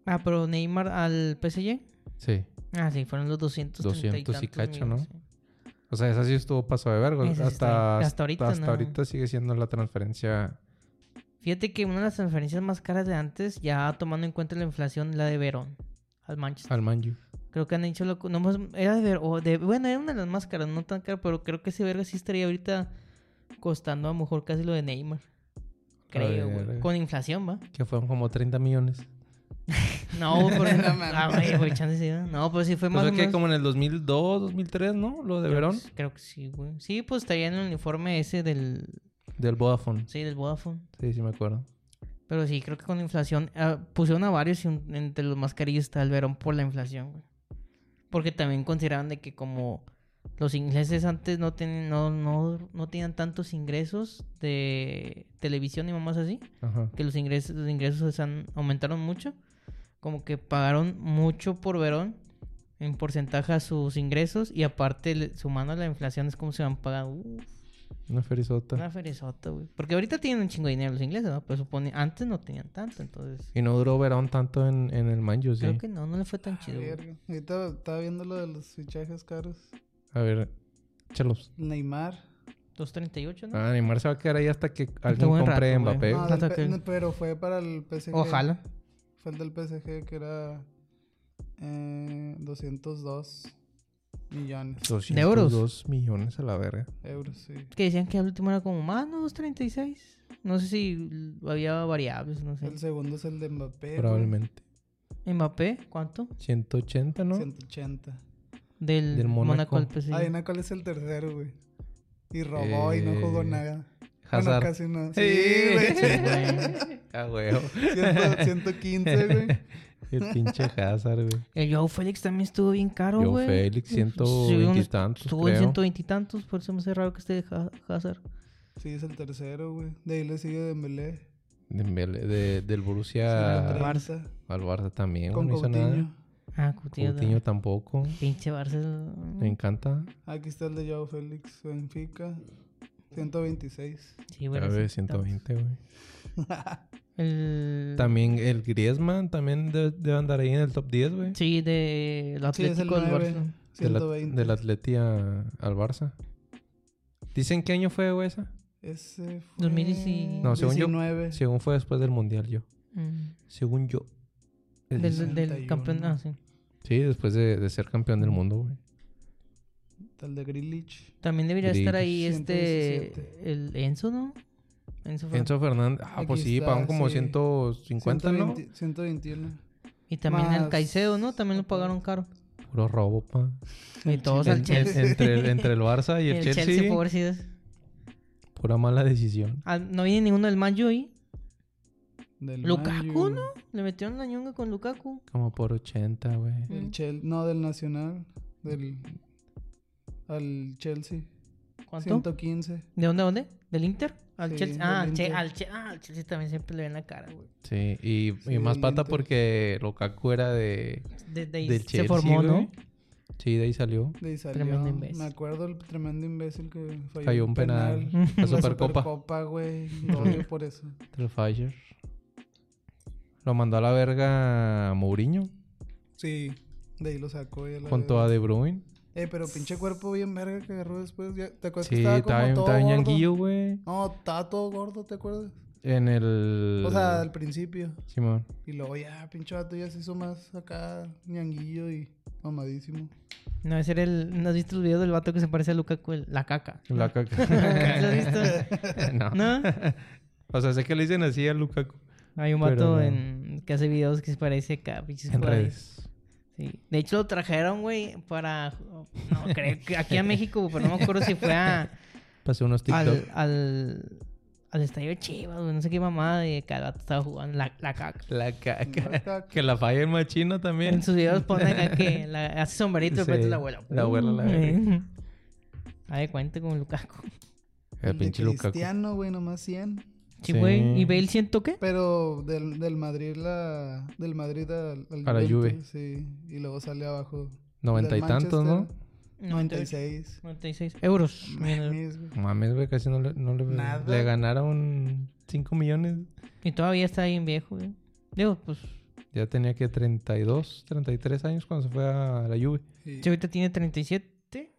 Ah, pero Neymar al PSG. Sí. Ah, sí, fueron los 200. 200 y cacho, ¿no? O sea, esa sí estuvo paso de vergo. Esa sí Hasta, está- hasta hasta ahorita ahorita, no. sigue siendo la transferencia. Fíjate que una de las transferencias más caras de antes, ya tomando en cuenta la inflación, la de Verón al Manchester. Al Manju. Creo que han hecho lo. No, más- era de Ver- o de- Bueno, era una de las más caras, no tan cara, pero creo que ese verga sí estaría ahorita costando a lo mejor casi lo de Neymar. Creo, güey. verga. Con inflación, ¿va? Que fueron como 30 millones. No, pero. No mames. ah, güey, güey, chance sí, ¿no? No, pues sí fue Pues más. o fue que menos- como en el 2002, 2003, ¿no? Lo de creo que Verón. sí- Creo que sí, güey. Sí, pues estaría en el uniforme ese del. Del Vodafone. Sí, del Vodafone. Sí, sí me acuerdo. Pero sí, creo que con la inflación. ah, pusieron a varios y un- entre los más carillos está el Verón por la inflación, güey. Porque también consideraban de que como los ingleses antes no, tenían no, no, no tenían tantos ingresos de televisión y mamás así, Ajá. que los ingresos, los ingresos se han- aumentaron mucho, como que pagaron mucho por Verón en porcentaje a sus ingresos y aparte le- sumando a la inflación es como se van pagando. Uf. Una ferizota. Una ferezota, güey. Porque ahorita tienen un chingo de dinero los ingleses, ¿no? Pero supone, antes no tenían tanto, entonces. Y no duró Verón tanto en, en el Manju, sí. Creo que no, no le fue tan Ah, chido. güey. verga. Ahorita estaba viendo lo de los fichajes caros. A ver, échalos. Neymar. 2.38, ¿no? Ah, Neymar se va a quedar ahí hasta que alguien buen compre rato, Mbappé. güey. No, Tanto del que- P- pero fue para el PSG. Ojalá. Fue el del PSG que era eh, 202 millones 202 ¿De euros? millones a la verga. euros, sí. Que decían que el último era como más, ¿no? 2.36. No sé si l- había variables, no sé. El segundo es el de Mbappé. Eh, güey, Probablemente. Mbappé, ¿cuánto? 180, ¿no? 180. Del, Del Mónaco Mónaco. al PSG. Adivina cuál es el tercero, güey. Y robó y no jugó Eh, nada. Bueno, Hazard. casi no. Sí, Sí, güey. Ah, huevo. Ciento- 115, güey. El pinche Hazard, güey. El Joe Félix también estuvo bien caro, Yo, güey. Félix, Sí, unos- 120 y tantos, Estuvo en creo. 120 y tantos, por eso me hace raro que esté Ha- Hazard. Sí, es el tercero, güey. De ahí le sigue Dembélé. Dembélé- de- del Al Borussia Barça. al Ah, Barça también, güey, Con no hizo Coutinho. nada. Ah, Coutinho. Coutinho ¿verdad? tampoco. Pinche Barça. Me encanta. Aquí está el de Joao Félix. Benfica. 126. Sí, A bueno. ver, sí, tantos. 120, güey. El... También el Griezmann también de- debe andar ahí en el top 10, güey. Sí, del Sí, es el Atlético del 9. Barça. Del, at- 120. del Atleti a- al Barça. ¿Dicen qué año fue, güey, esa? Ese fue... 2019. No, según yo- 19. Según fue después del Mundial, yo. Mm. Según yo. Es- Del, del 61. campeón. Ah, sí. Sí, después de, de ser campeón del mundo, güey. Está el de Grilich. También debería estar ahí Grillos. este. 117. El Enzo, ¿no? Enzo, Fernández. Enzo Fernández. Ah, Aquí pues sí, está, pagaron como sí. 150, 121. Y también el Más- Caicedo, ¿no? También lo pagaron caro. ¿no? Puro robo, pa. Y todos En- al en- Chelsea. entre, el, entre el Barça y el, Chelsea. pobrecidos. Pura mala decisión. Ah, no viene ninguno del Manju ahí. Del Lukaku, Mayu. ¿no? Le metieron la ñonga con Lukaku. Como por 80, güey. Mm. Del Chel- no, del Nacional. Del... Al Chelsea. ¿Cuánto? 115. ¿De dónde, a dónde? ¿Del Inter? Al Sí, Chelsea. del Ah, al che- Inter. al che- ah, al Chelsea también siempre le ven la cara, güey. Sí, y, Sí, y más del pata Inter. porque Lukaku era de, Desde ahí del se Chelsea. formó, güey. ¿no? Sí, de ahí salió. De ahí salió. Tremendo imbécil. Me acuerdo el tremendo imbécil que falló. Cayó un penal. La La Supercopa. Supercopa, güey. Lo odio por eso. Del Fire. Lo mandó a la verga Mourinho. Sí. De ahí lo sacó. y a la Junto a verga. De Bruyne. Eh, pero pinche cuerpo bien verga que agarró después. ya- ¿Te acuerdas Sí, que estaba estaba como bien- todo estaba bien gordo? ñanguillo, güey. No, estaba todo gordo, ¿te acuerdas? En el. O sea, al principio. Simón. Y luego ya, pinche vato ya se hizo más acá, ñanguillo y mamadísimo. No, ese era el. ¿No has visto el video del vato que se parece a Lukaku? El- La caca. La caca. ¿Lo has visto? no. ¿No? O sea, sé que le dicen así a Lukaku. Hay un Pero vato no. en, que hace videos que se parece acá, pinches En jugadores. redes. Sí. De hecho, lo trajeron, güey, para. No, creo que aquí a México, pero no me acuerdo si fue a. Ah, Pasé unos TikTok. Al, al, al estadio de Chivas, güey. No sé qué mamada de que el vato estaba jugando la, la caca. La La caca. caca. que la falla en machina también. En sus videos pone acá que la- hace sombrerito y de Sí, repente la abuela. la abuela, la verga. A ver, cuente con Lukaku. El de pinche Lukaku. Cristiano, güey, nomás 100. Sí, Sí. güey. ¿Y Bale siento qué? Pero del, del Madrid la del Madrid al, al A la Juventus, Sí, y luego sale abajo. Noventa y del tantos, ¿no? Manchester, 96. 96. 96 euros. Mira, Mames, güey. Mames, güey, casi no le, no le, Nada. le ganaron 5 millones. Y todavía está bien viejo, güey. Digo, pues, Ya tenía que 32, 33 años cuando se fue a la Juve. Sí, si ahorita tiene 37,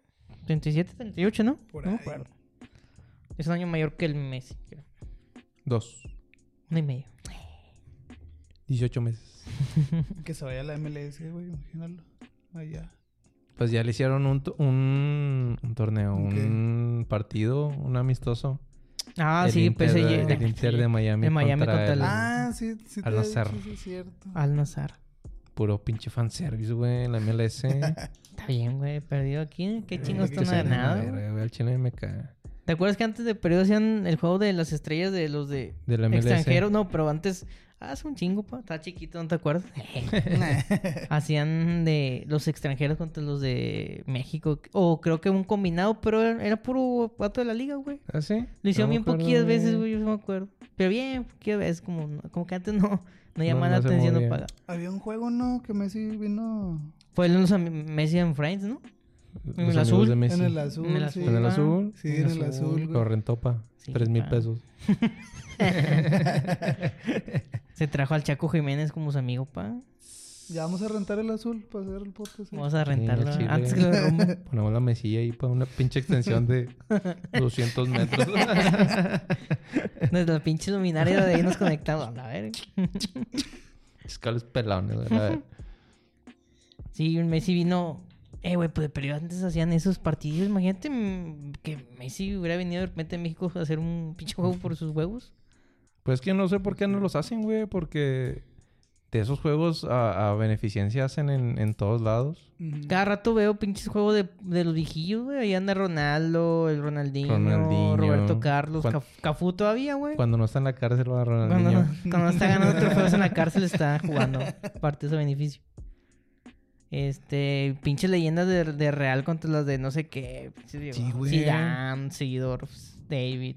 37, 38, ¿no? por no me ahí. acuerdo. Es un año mayor que el Messi, creo. Dos. Uno y medio. 18 meses. Que se vaya a la MLS, güey, imagínalo. Allá. Pues ya le hicieron un, to- un, un torneo, Ok. un partido, un amistoso. Ah, El sí, Inter pues de- ella. el Inter de Miami. De Miami contra el el- Ah, sí, sí, Al había azar. dicho, sí, es cierto. Al Nazar. Puro pinche fanservice, güey, en la MLS. Está bien, güey. Perdido aquí. Eh, Qué chingos que están se de den nada. Verga, güey. güey, Al chile me cae. ¿Te acuerdas que antes de periodo hacían el juego de las estrellas de los de De la MLS. extranjeros? No, pero antes. Hace un chingo, pa. Estaba chiquito, ¿no te acuerdas? hacían de los extranjeros contra los de México. O creo que un combinado, pero era, era puro pato de la liga, güey. ¿Ah, sí? Lo hicieron No me bien acuerdo, poquitas veces, güey. Yo no me acuerdo. Pero bien, poquitas veces. Como, no- como que antes no, no llamaban no la se atención. No movían. pagaba. Había un juego, ¿no? Que Messi vino Fue el de los am- Messi and Friends, ¿no? Los el amigos azul. de Messi. en el azul. En el sí. azul. En el azul. Sí, en el azul, Lo güey. rentopa. Sí, 3 mil pa. pesos. Se trajo al Chaco Jiménez como su amigo, pa. Ya vamos a rentar el azul para hacer el podcast. ¿eh? Vamos a rentarlo al chile. antes que lo derrumben. Ponemos la mesilla ahí para una pinche extensión de 200 metros. Desde la pinche luminaria de ahí nos conectamos. A la verga. Escalos pelones, ¿verdad? Sí, un Messi vino. Eh, güey, pues pero antes hacían esos partidos. Imagínate mm, que Messi hubiera venido de repente a México a hacer un pinche juego por sus huevos. Pues que no sé por qué no los hacen, güey, porque de esos juegos a, a beneficencia hacen en, en todos lados. Ujú. Cada rato veo pinches juegos de, de los viejillos, güey. Ahí anda Ronaldo, el Ronaldinho, Ronaldinho. Roberto Carlos, Cuan- Caf- Cafú todavía, güey. Cuando no está en la cárcel va Cuando, Ronaldinho. cuando está ganando trofeos en la cárcel está jugando parte de su beneficio. Este, pinches leyendas de, de Real contra las de no sé qué. pinches Sí, güey. Zidane, Seedorf, David.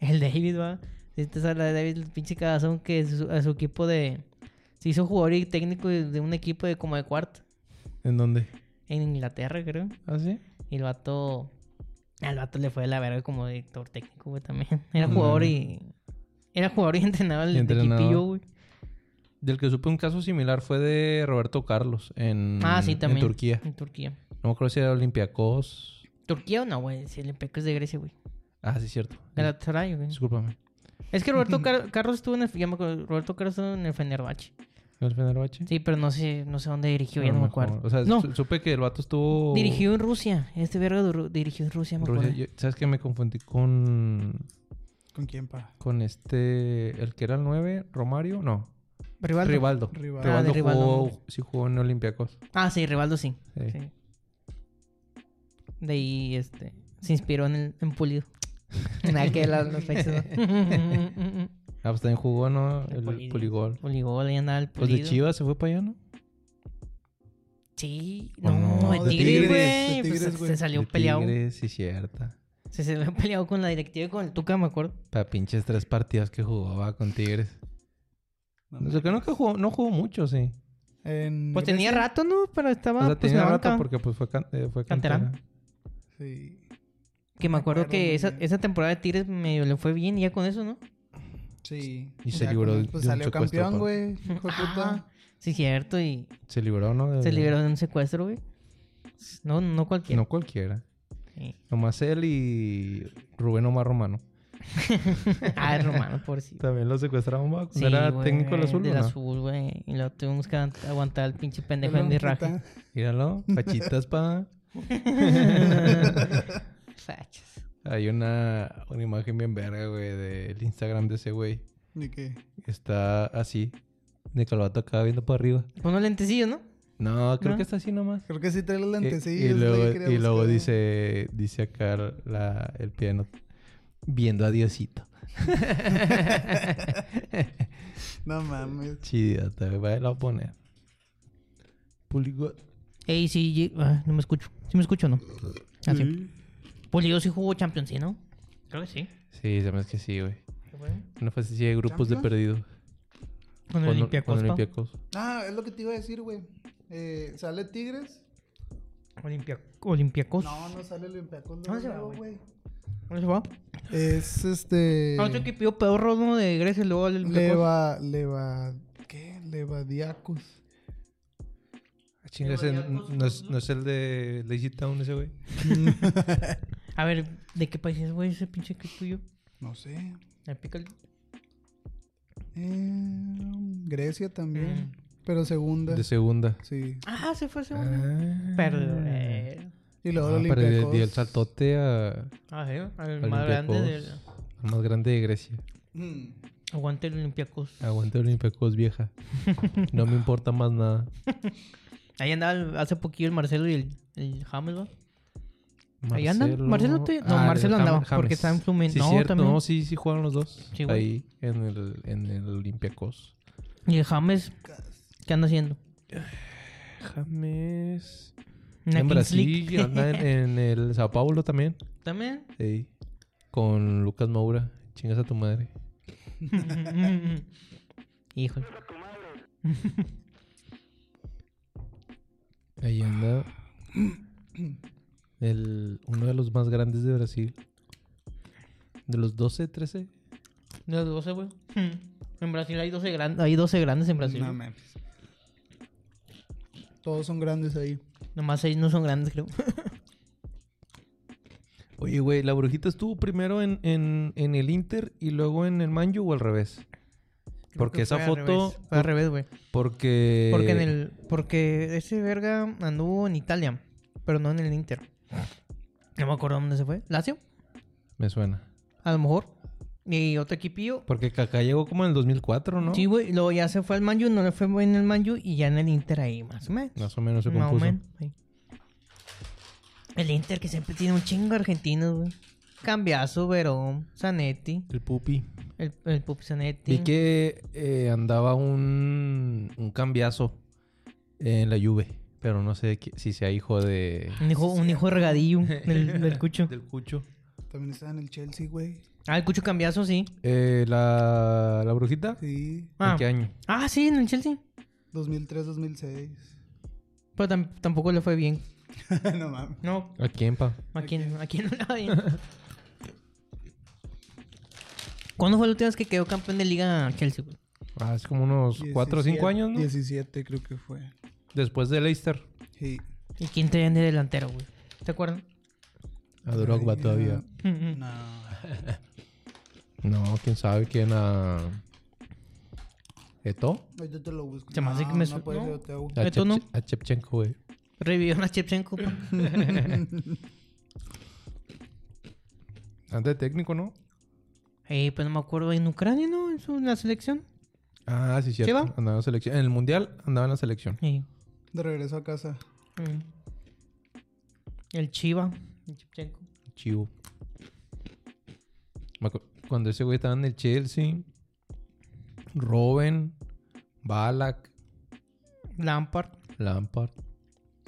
El David, va. Si te sale de David, el pinche cagazón que su- a su equipo de... Se hizo jugador y técnico de, de un equipo de como de cuarto. ¿En dónde? En Inglaterra, creo. ¿Ah, sí? Y el vato... Al vato le fue de la verga como director técnico, güey, también. Era jugador y... Era jugador y entrenaba al Y entrenaba. equipillo, güey. Del que supe un caso similar fue de Roberto Carlos en, Ah, Mm, sí, en también. Turquía. En Turquía. No me acuerdo si era Olympiacos. ¿Turquía o no, güey? Si el Olympiacos es de Grecia, güey. Ah, sí, cierto. Galatasaray, güey. Discúlpame. Es que Roberto Car- Carlos estuvo en el... ya me acuerdo, Roberto Carlos estuvo en el Fenerbahce. ¿No es Fenerbahce? Sí, pero no sé, no sé dónde dirigió, A ya lo no me mejor. acuerdo. O sea, no, su- supe que el vato estuvo... dirigió en Rusia. Este verga de Ru- dirigió en Rusia, me acuerdo. Rusia. Yo- ¿Sabes qué? Me confundí con... ¿Con quién, pa? Con este... El que era el 9, Romario. No. Rivaldo. Rivaldo. Rivaldo. Rivaldo, Ah, de Rivaldo. jugó... Sí jugó en Olympiacos. Ah, sí, Rivaldo sí. Sí. sí. De ahí, este... Se inspiró en, el, en Pulido. Nada que las, las fechas, ¿no? Ah, pues también jugó, ¿no? El El Poli- Poligol. Puligol, ahí andaba el Pues de Pulido. Chivas se fue para allá, ¿no? Sí. ¿O No, no? de De Tigres, Tigres, güey. de Pues Tigres, se güey. salió De peleado. Tigres, sí, cierta. Se se habían peleado con la directiva y con el Tuca, me acuerdo. Para pinches tres partidas que jugaba con Tigres. Ah, No, O sea, que nunca jugó, no jugó mucho, sí. En Pues Grecia, tenía rato, ¿no? Pero estaba. O sea, pues, tenía la rato banca. porque pues fue, can- eh, fue Cantera. cantera. Sí. Que me acuerdo Recuerdo que muy esa, bien. esa temporada de Tigres medio le fue bien y ya con eso, ¿no? Sí. Y se Ya libró con- de- Pues de un salió secuestro, campeón, pa. güey. Hijo de puta. Ah, sí, cierto. Y Se liberó, ¿no? De- se liberó de un secuestro, güey. No, no cualquiera. Eh, No cualquiera. Sí. Nomás él y Rubén Omar Romano. Ah, es romano, por si. También lo secuestraron ¿va? cuando era técnico del azul. Del ¿o no? azul, güey. Y luego tuvimos que aguantar al pinche pendejo Hijo de en mi puta. raja. Míralo, fachitas pa. Fachas. Hay una, una imagen bien verga, güey, del Instagram de ese güey. ¿De qué? Está así, de calvato acá viendo para arriba. Con Pues unos lentecillos, ¿no? No, creo ¿No? que está así nomás. Creo que sí trae los Y- lentecillos. Eh, y, güey, luego, quería y luego buscar. dice, dice acá la, el piano, viendo a Diosito. No mames. Chidata, güey. Vaya, la voy a poner. Puligo. Ey, sí, ye- ah, no me escucho. ¿Sí me escucho o no? Ah, sí. Sí. Pues yo sí jugó Champions, ¿sí, no? Creo que sí. Sí, se me hace que sí, güey. Una fase así de grupos de ¿Champions? perdidos. Con el Olympiacos. pa. Olympiacos. Ah, es lo que te iba a decir, güey. Eh, ¿Sale Tigres? Olimpia- Olympiacos. No, no sale Olympiacos. Ah, No, se va, luego, güey. güey. ¿Dónde se va? Es este. Ah, otro equipo pedorro ¿no? de Grecia y luego al Olympiacos. Leva. Leva. ¿Qué? Levadiacos. Ah, chinga, ese Olympiacos, no, es, no es el de Lazy Town ese, güey. A ver, ¿de qué país es, güey, ese pinche equipo tuyo? No sé. Me pica el- Eh, Grecia también. Mm. Pero segunda. De segunda. Sí. Ah, se fue ese segundo. Ah. Perdón. eh. Y luego Ah, el pero dio- Olympiacos. dio el saltote a- Ah, sí, al más grande del... Olympiacos. al más grande de Grecia. Mm. Aguante el Olympiacos. Aguante Olympiacos, vieja. No me importa más nada. Ahí andaba el- hace poquillo el Marcelo y el, el James, ¿va? Ahí andan. Marcelo te- no, el Marcelo andaba, Jam- Ah, James. porque está en Flumen- Sí, no, cierto. también. No, sí, sí jugaron los dos. Sí, güey. ahí en el, en el Olympiacos. Y el James, ¿qué anda haciendo? James. En la en Kings Brasil, League. anda en, en el Sao Paulo también. ¿También? Sí. Con Lucas Moura. Chingas a tu madre. Hijo. Ahí anda. El, uno de los más grandes de Brasil. De los 12, 13. De los 12, güey. En Brasil hay 12, gran- hay 12 grandes en Brasil. No güey. mames. Todos son grandes ahí. Nomás 6 no son grandes, creo. Oye, güey, ¿la brujita estuvo primero en, en, en el Inter y luego en el Manju o al revés? Porque Creo que esa fue al foto. eh, revés, Fue al revés, güey. Porque. Porque en el. Porque ese verga anduvo en Italia. Pero no en el Inter. No me acuerdo dónde se fue. ¿Lazio? Me suena. A lo mejor. Y otro equipillo. Porque Kaká llegó como en el 2004, ¿no? Sí, güey. Luego ya se fue al Manju, no le fue en el Manju y ya en el Inter ahí, más o menos. Más o menos se Más o compuso. menos, sí. El Inter que siempre tiene un chingo de argentinos, güey. Cambiazo, Verón, Zanetti, El pupi. el, el Pupi Zanetti. Vi que eh, andaba un, un cambiazo en la Juve. Pero no sé qui- si sea hijo de... Un hijo, un hijo de regadillo del, del Cucho. Del Cucho. También está en el Chelsea, güey. Ah, el Cucho cambiazo, sí. Eh, la, ¿La brujita? Sí. ¿En Ah. qué año? Ah, sí, en el Chelsea. 2003, 2006. Pero tam- tampoco le fue bien. no mames. No, ¿A quién, pa? ¿a quién, a quién no le va bien? ¿Cuándo fue la última vez que quedó campeón de liga Chelsea, güey? Ah, hace como unos 4 o 5 17, años, ¿no? 17 creo que fue. Después de Leicester. Sí. ¿Y quién te de delantero, güey? ¿Te acuerdas? A Drogba Ay, todavía. ah, No. No, quién sabe quién a... ¿Eto? Yo te lo busco. Se me hace No, que me no su- puede no. ser, yo te hago. A, ¿Eto no? Chep- a Chepchenko, güey. Revivieron a Chepchenko. pa. Antes de técnico, ¿no? Eh, pues no me acuerdo, en Ucrania, ¿no? En, su, en la selección. Ah, sí, ¿Sí cierto. va? andaba en la selección. En el Mundial andaba en la selección. Sí. De regreso a casa. Mm. El Chiva. El Chepchenko. Chivo. Me acu- Cuando ese güey estaba en el Chelsea, Robben, Balak, Lampard. Lampard,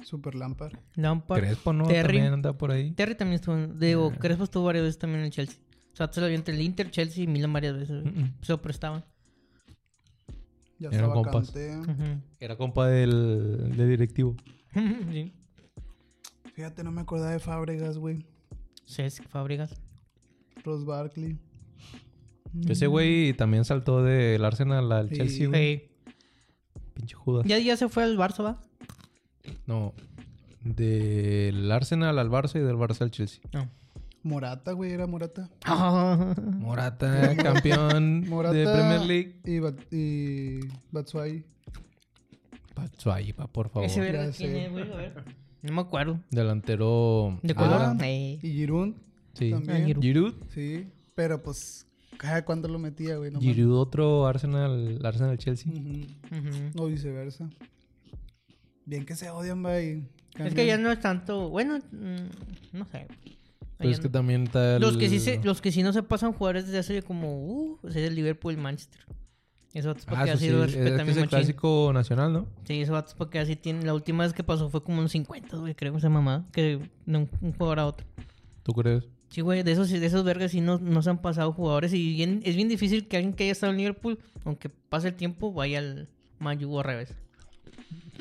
Super Lampard. Lampard. Crespo, ¿no? Terry. También anda por ahí. Terry también estuvo. en- Ah. Digo, Crespo estuvo varias veces también en el Chelsea. O sea, se lo vio entre el Inter, Chelsea y Milan varias veces. güey. Pues, Mm-mm. Se lo prestaban. Ya Eran estaba compas. Kanté. Ujú. Era compa del, del directivo. sí. Fíjate, no me acordaba de Fábregas, güey. Cesc, Fábregas. Ross Barkley. Mm. Ese güey también saltó del Arsenal al Sí. Chelsea, güey. Ey. Pinche Judas. Ya, ya se fue al Barça, ¿va? No. Del Arsenal al Barça y del Barça al Chelsea. No. Morata, güey, era Morata. Morata, campeón Morata. de Premier League. Y, Bat- y Batshuayi. Batshuayi, pa, por favor. Ya Ese verga sé. quién es, güey. A ver. No me acuerdo. Delantero. ¿De cuál árabe. Ah, Eh. Y Giroud. Sí. también. Ah, Giroud. Giroud. Sí. Pero pues, cada cuánto lo metía, güey. No Giroud otro Arsenal, Arsenal Chelsea. Mm, mames. Ujú. Ujú. O viceversa. Bien que se odian, güey. Es que ya no es tanto. Bueno, mm, no sé. Pero es Allá que no. también está el- Los que, sí se- los que sí no se pasan jugar es desde hace como, uh, es el Liverpool y el Manchester. Eso es Ah, porque eso ha sí, sido es, es respeto a que mi es el machín. clásico nacional, ¿no? Sí, esos vatos porque así tienen. La última vez que pasó fue como un 50, güey, creo, esa mamada. Que de un, un jugador a otro. ¿Tú crees? Sí, güey, de esos, de esos vergas sí no, no se han pasado jugadores. Y bien- es bien difícil que alguien que haya estado en Liverpool, aunque pase el tiempo, vaya al Mayu o al revés.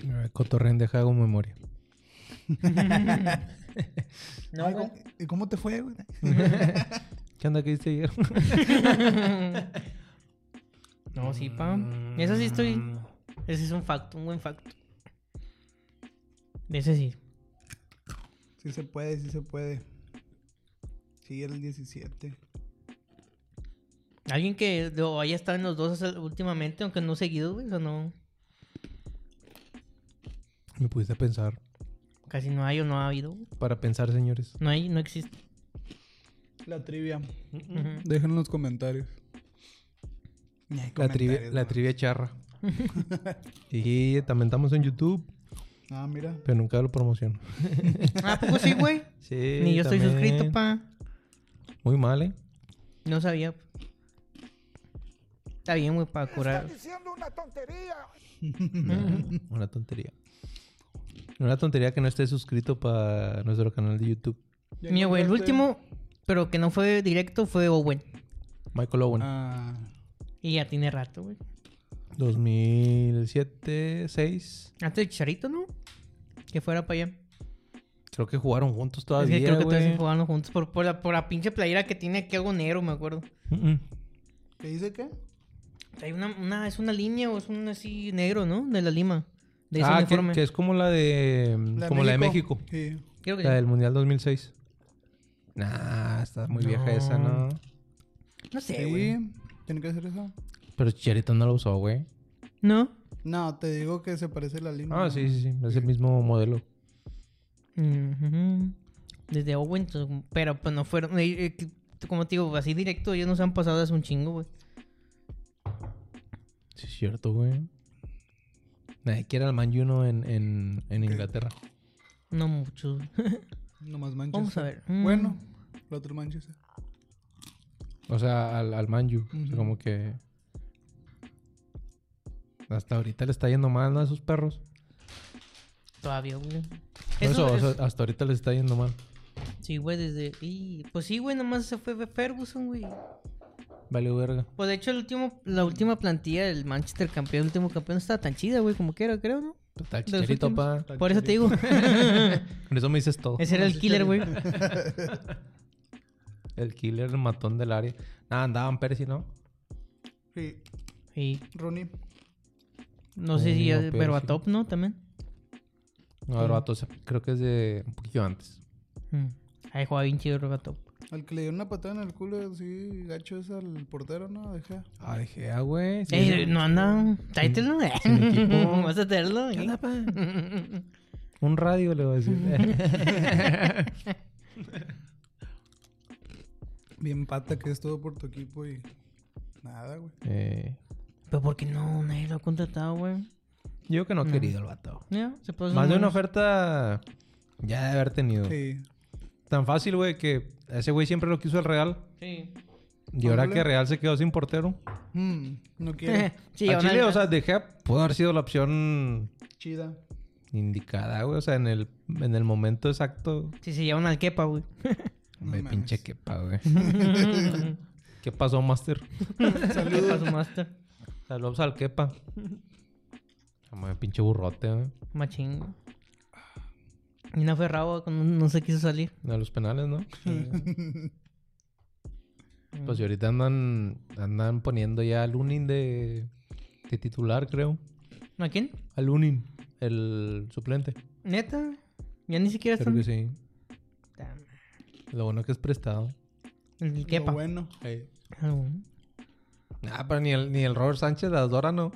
Eh, Cotorren deja hago memoria. Ay, güey, ¿Y cómo te fue, güey? ¿Qué onda que hiciste ayer? No, sí, pa. Mm. Eso sí estoy. Ese es un facto, un buen facto. Ese sí. Sí se puede, sí se puede. Sí, era el 17. Alguien que lo haya estado en los dos hace- últimamente, aunque no seguido, güey, eso no. Me pudiste pensar. Casi no hay o no ha habido. Para pensar, señores. No hay, no existe. La trivia. Ujú. Déjenlo en los comentarios. Ni hay La trivia, comentarios, la güey. trivia charra. y también estamos en YouTube, Ah, mira. pero nunca lo promociono. Ah, ¿a poco sí, güey. Sí, Ni yo estoy suscrito, pa. Muy mal, ¿eh? No sabía. Está bien, güey, para curar. Una tontería. Una tontería que no esté suscrito para nuestro canal de YouTube. Mira, güey, el último, pero que no fue directo, fue Owen. Michael Owen. Ah, Y ya tiene rato, güey. 2007, 6. Antes de Chicharito, ¿no? Que fuera para allá. Creo que jugaron juntos Es todavía, que creo que güey. todos jugando juntos por, por la, por la pinche playera que tiene aquí algo negro, me acuerdo. Mm-mm. ¿Qué dice qué? Hay una, una- es una línea o es un así negro, ¿no? De la Lima. De ese Ah, que, uniforme. que es como la de... como la de México. Sí. Creo que La sí. del Mundial 2006. Nah, está muy vieja esa, ¿no? No. No sé, güey. Sí. ¿Tiene que ser eso? Pero Chicharito no la usó, güey. ¿No? No, te digo que se parece a la lima. Ah, sí, sí, sí. Es el mismo modelo. Ujú. Desde Owen, entonces, pero pues no fueron. eh, eh, que- como te digo, así directo, ellos nos han pasado hace un chingo, güey. Sí, es cierto, güey. Nadie quiere al Man Uno en, en, en Inglaterra. No mucho. Nomás Manchester. Vamos a ver. Mm. Bueno, el otro Manchester. O sea, al, al Man U. O sea, Ujú. como que... Hasta ahorita le está yendo mal ¿no? a esos perros. Todavía, güey. Por Eso Eso, o sea, es- hasta ahorita le está yendo mal. Sí, güey, desde. y- pues sí, güey, nomás se fue Ferguson, güey. Vale, verga. Pues de hecho, el último, la última plantilla del Manchester campeón, el último campeón, no estaba tan chida, güey, como quiera, creo, ¿no? Pues Está De los Chicharito, pa. últimos. Por eso te digo. Con eso me dices todo. Ese era el killer, güey. El killer, el matón del área. Nada, andaban Percy, ¿no? Sí. Y Ronnie. no sé Oh, si ya pero Berbatov, ¿no? También. No, el vato, o sea, creo que es de un poquito antes. Mm. Ahí jugaba bien chido Berbatov. Al que le dio una patada en el culo, sí, gacho es al portero, ¿no? Dejé. Ah, dije, ah, güey. sí, Ey, Eh, no anda. Tráetelo, eh. sin equipo. Vas a tenerlo. ¿Qué eh. onda, pa? Un radio le voy a decir. Bien pata que es todo por tu equipo y. Nada, güey. eh, Pero porque no, nadie lo ha contratado, güey. yo que no Mm. he querido el vato. Ya, se puede Más de una oferta ya de haber tenido. Pues Sí. Tan fácil, güey, que ese güey siempre lo quiso el Real. Sí. Y ahora Ándale. que Real se quedó sin portero. Mm, no quiere. sí, a ahora- Chile, o sea, dejé, pudo haber sido la opción Chida. indicada, güey. O sea, en el, en el momento exacto. Sí, se llevan al Kepa, güey. No me mames. pinche quepa, güey. ¿Qué pasó, Master? Kepa su master. Saludos al quepa. Hombre, pinche burrote, güey. Machín. güey. Y una Ferrao cuando no se quiso salir. A los penales, ¿no? pues y ahorita andan, andan poniendo ya al Unin de, de titular, creo. ¿No a quién? Al Unin, el suplente. ¿Neta? Ya ni siquiera Creo están. que sí. Puta madre. Lo bueno que es prestado. El Qué Kepa. bueno. Ah, bueno. Ah, pero ni el, ni el Robert Sánchez de Adora no.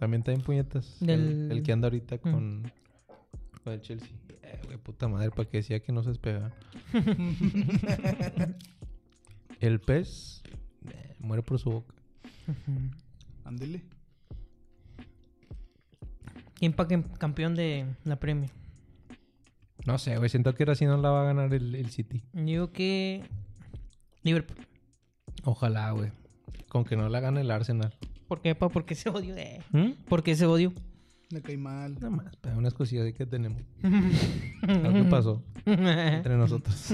También está en puñetas. El, Del- el que anda ahorita con, con el Chelsea. Eh, güey, puta madre, para que decía que no se despega. el pez eh, muere por su boca. Ándele. ¿Quién pa' que- campeón de la premia? No sé, güey. Siento que ahora sí no la va a ganar el, el City. Digo que. Liverpool. Ojalá, güey. Con que no la gane el Arsenal. ¿Por qué, pa? ¿Por qué ese odio? Eh, ¿Mm? ¿Por qué ese odio? Le caí mal. Nada más, para unas cosillas de que tenemos. Algo pasó entre nosotros.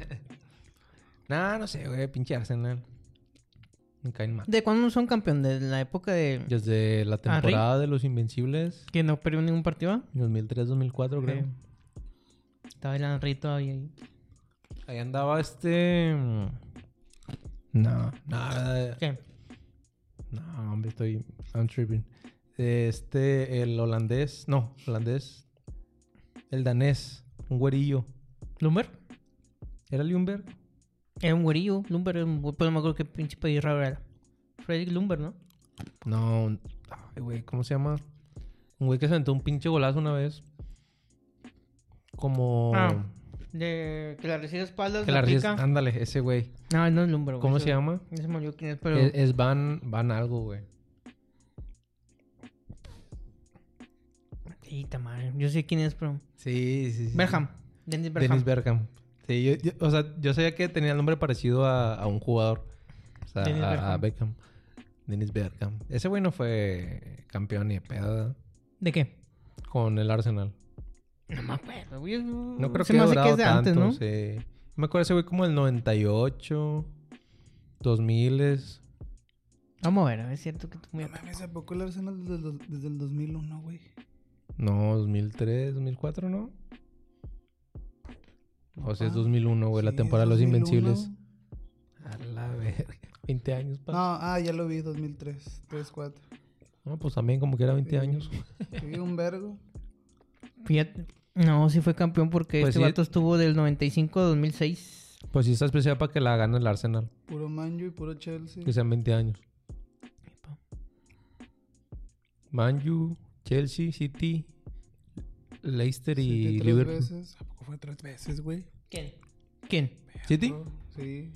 no, no sé, güey. Pinche Arsenal. Me caen mal. ¿De cuándo son campeón? ¿De la época de. Desde Ah, la temporada de los Invencibles, Que no perdió ningún partido. ¿ah? 2003-2004, creo. Sí. Estaba el Henry todavía ahí. Ahí andaba este. mm, No, nada. ¿Qué? No, hombre, estoy. I'm tripping. Este, el holandés. No, holandés. El danés. Un güerillo. ¿Lumber? ¿Era Ljungberg? Era un güerillo. Lumber era un. güey, Pues no me acuerdo qué pinche país raro era. Frederick Lumber, ¿no? No. un- Ay, güey, ¿cómo se llama? Un güey que se aventó un pinche golazo una vez. Como. Ah, De que la recibe a espaldas. que la la ries- pica. Ándale, ese güey. No, no es Lumber. güey, ¿Cómo ese- se llama? Eh, ese me olvidó quién es, pero. Es, es van, van algo, güey. Sí, ta madre. Yo sé quién es, pero. Sí, sí, sí. Berham. Dennis Berham. Dennis Bergam. Sí, yo, yo- o sea, yo sabía que tenía el nombre parecido a, a un jugador. O sea, Dennis a, a Bergkamp. Beckham. Dennis Bergam. Ese güey no fue campeón ni de pedo ¿verdad? ¿De qué? con el Arsenal. No me acuerdo. güey. No creo Se que me haya hace durado que es de tanto. antes, ¿no? sí. Me acuerdo ese güey como el 98, 2000 es. Vamos a ver, a ver, es cierto que tú muy No mames, ¿a poco el Arsenal desde el, dos- desde el 2001, güey? No, 2003, 2004, ¿no? O sea, es Ah, Papá. 2001, güey, la Sí, temporada de los 2001. Invencibles. A la verga. 20 años, pa. No, ah, ya lo vi, 2003, 3, 4. No, pues también como que era 20 años. vi un vergo. Fíjate. No, sí fue campeón porque Pues este sí. vato estuvo del 95 a 2006. Pues sí está especial para que la gane el Arsenal, Puro Manju y puro Chelsea. que sean 20 años. Manju, Chelsea, City, Leicester Siete, y tres Liverpool. veces. ¿A poco fue tres veces, güey? ¿Quién? ¿Quién? ¿City? Sí.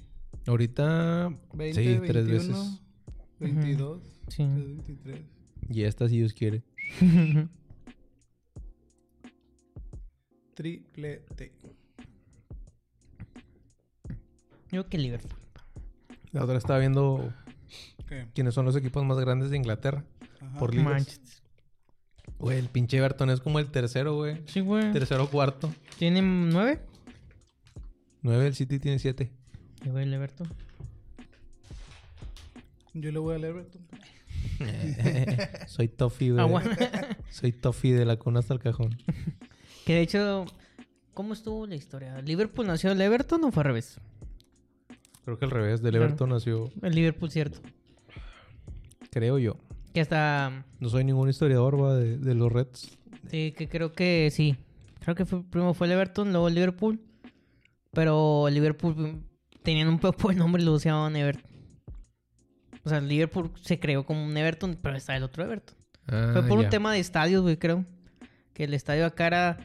Ahorita, 20, sí, tres 21, veces. 22, Sí. 23. Y esta, si Dios quiere. Triple T. Yo que Liverpool. La otra estaba viendo ¿Qué? quiénes son los equipos más grandes de Inglaterra. Ajá. Por ligas. Manchester. Güey, el pinche Everton es como el tercero, güey. Sí, güey. Tercero cuarto. ¿Tienen nueve? Nueve, el City tiene siete. Y güey, el Everton. Yo le voy al Everton. Soy Toffee, güey. Ah, bueno. Soy Toffee de la cuna hasta el cajón. que de hecho, ¿cómo estuvo la historia? ¿Liverpool nació el Everton o fue al revés? Creo que al revés, del Claro. Everton nació, El Liverpool, cierto. creo yo. Que hasta. No soy ningún historiador, va, de, de los Reds. Sí, que creo que sí. Creo que fue, primero fue el Everton, luego el Liverpool. Pero el Liverpool mm, tenían un poco el nombre y lo usaban Everton. O sea, el Liverpool se creó como un Everton, pero está el otro Everton. Ah, Fue por ya. un tema de estadios, güey, creo. Que el estadio acá era,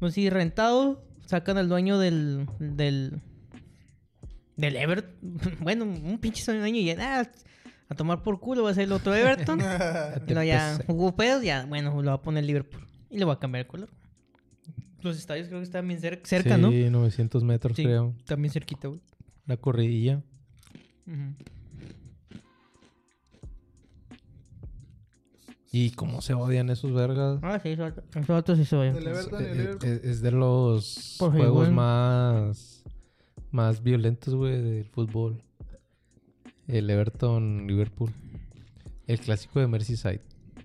no sé, si rentado. Sacan al dueño del. del. del Everton. Bueno, un pinche dueño y ya, "Ah, a tomar por culo va a ser el otro Everton. Te Pero ya pese- jugó pedos, ya, bueno, lo va a poner Liverpool. Y le va a cambiar el color. Los estadios creo que están bien cer- cerca, ¿no? Sí, 900 metros, Sí, creo. también cerquita, güey. Una corridilla. Y cómo se odian esos vergas. Ah, sí, eso, eso otro sí se oye. El Everton y el Es, Liverpool. es- es de los Pues juegos igual. más, más violentos, güey, del fútbol. El Everton, Liverpool. El clásico de Merseyside.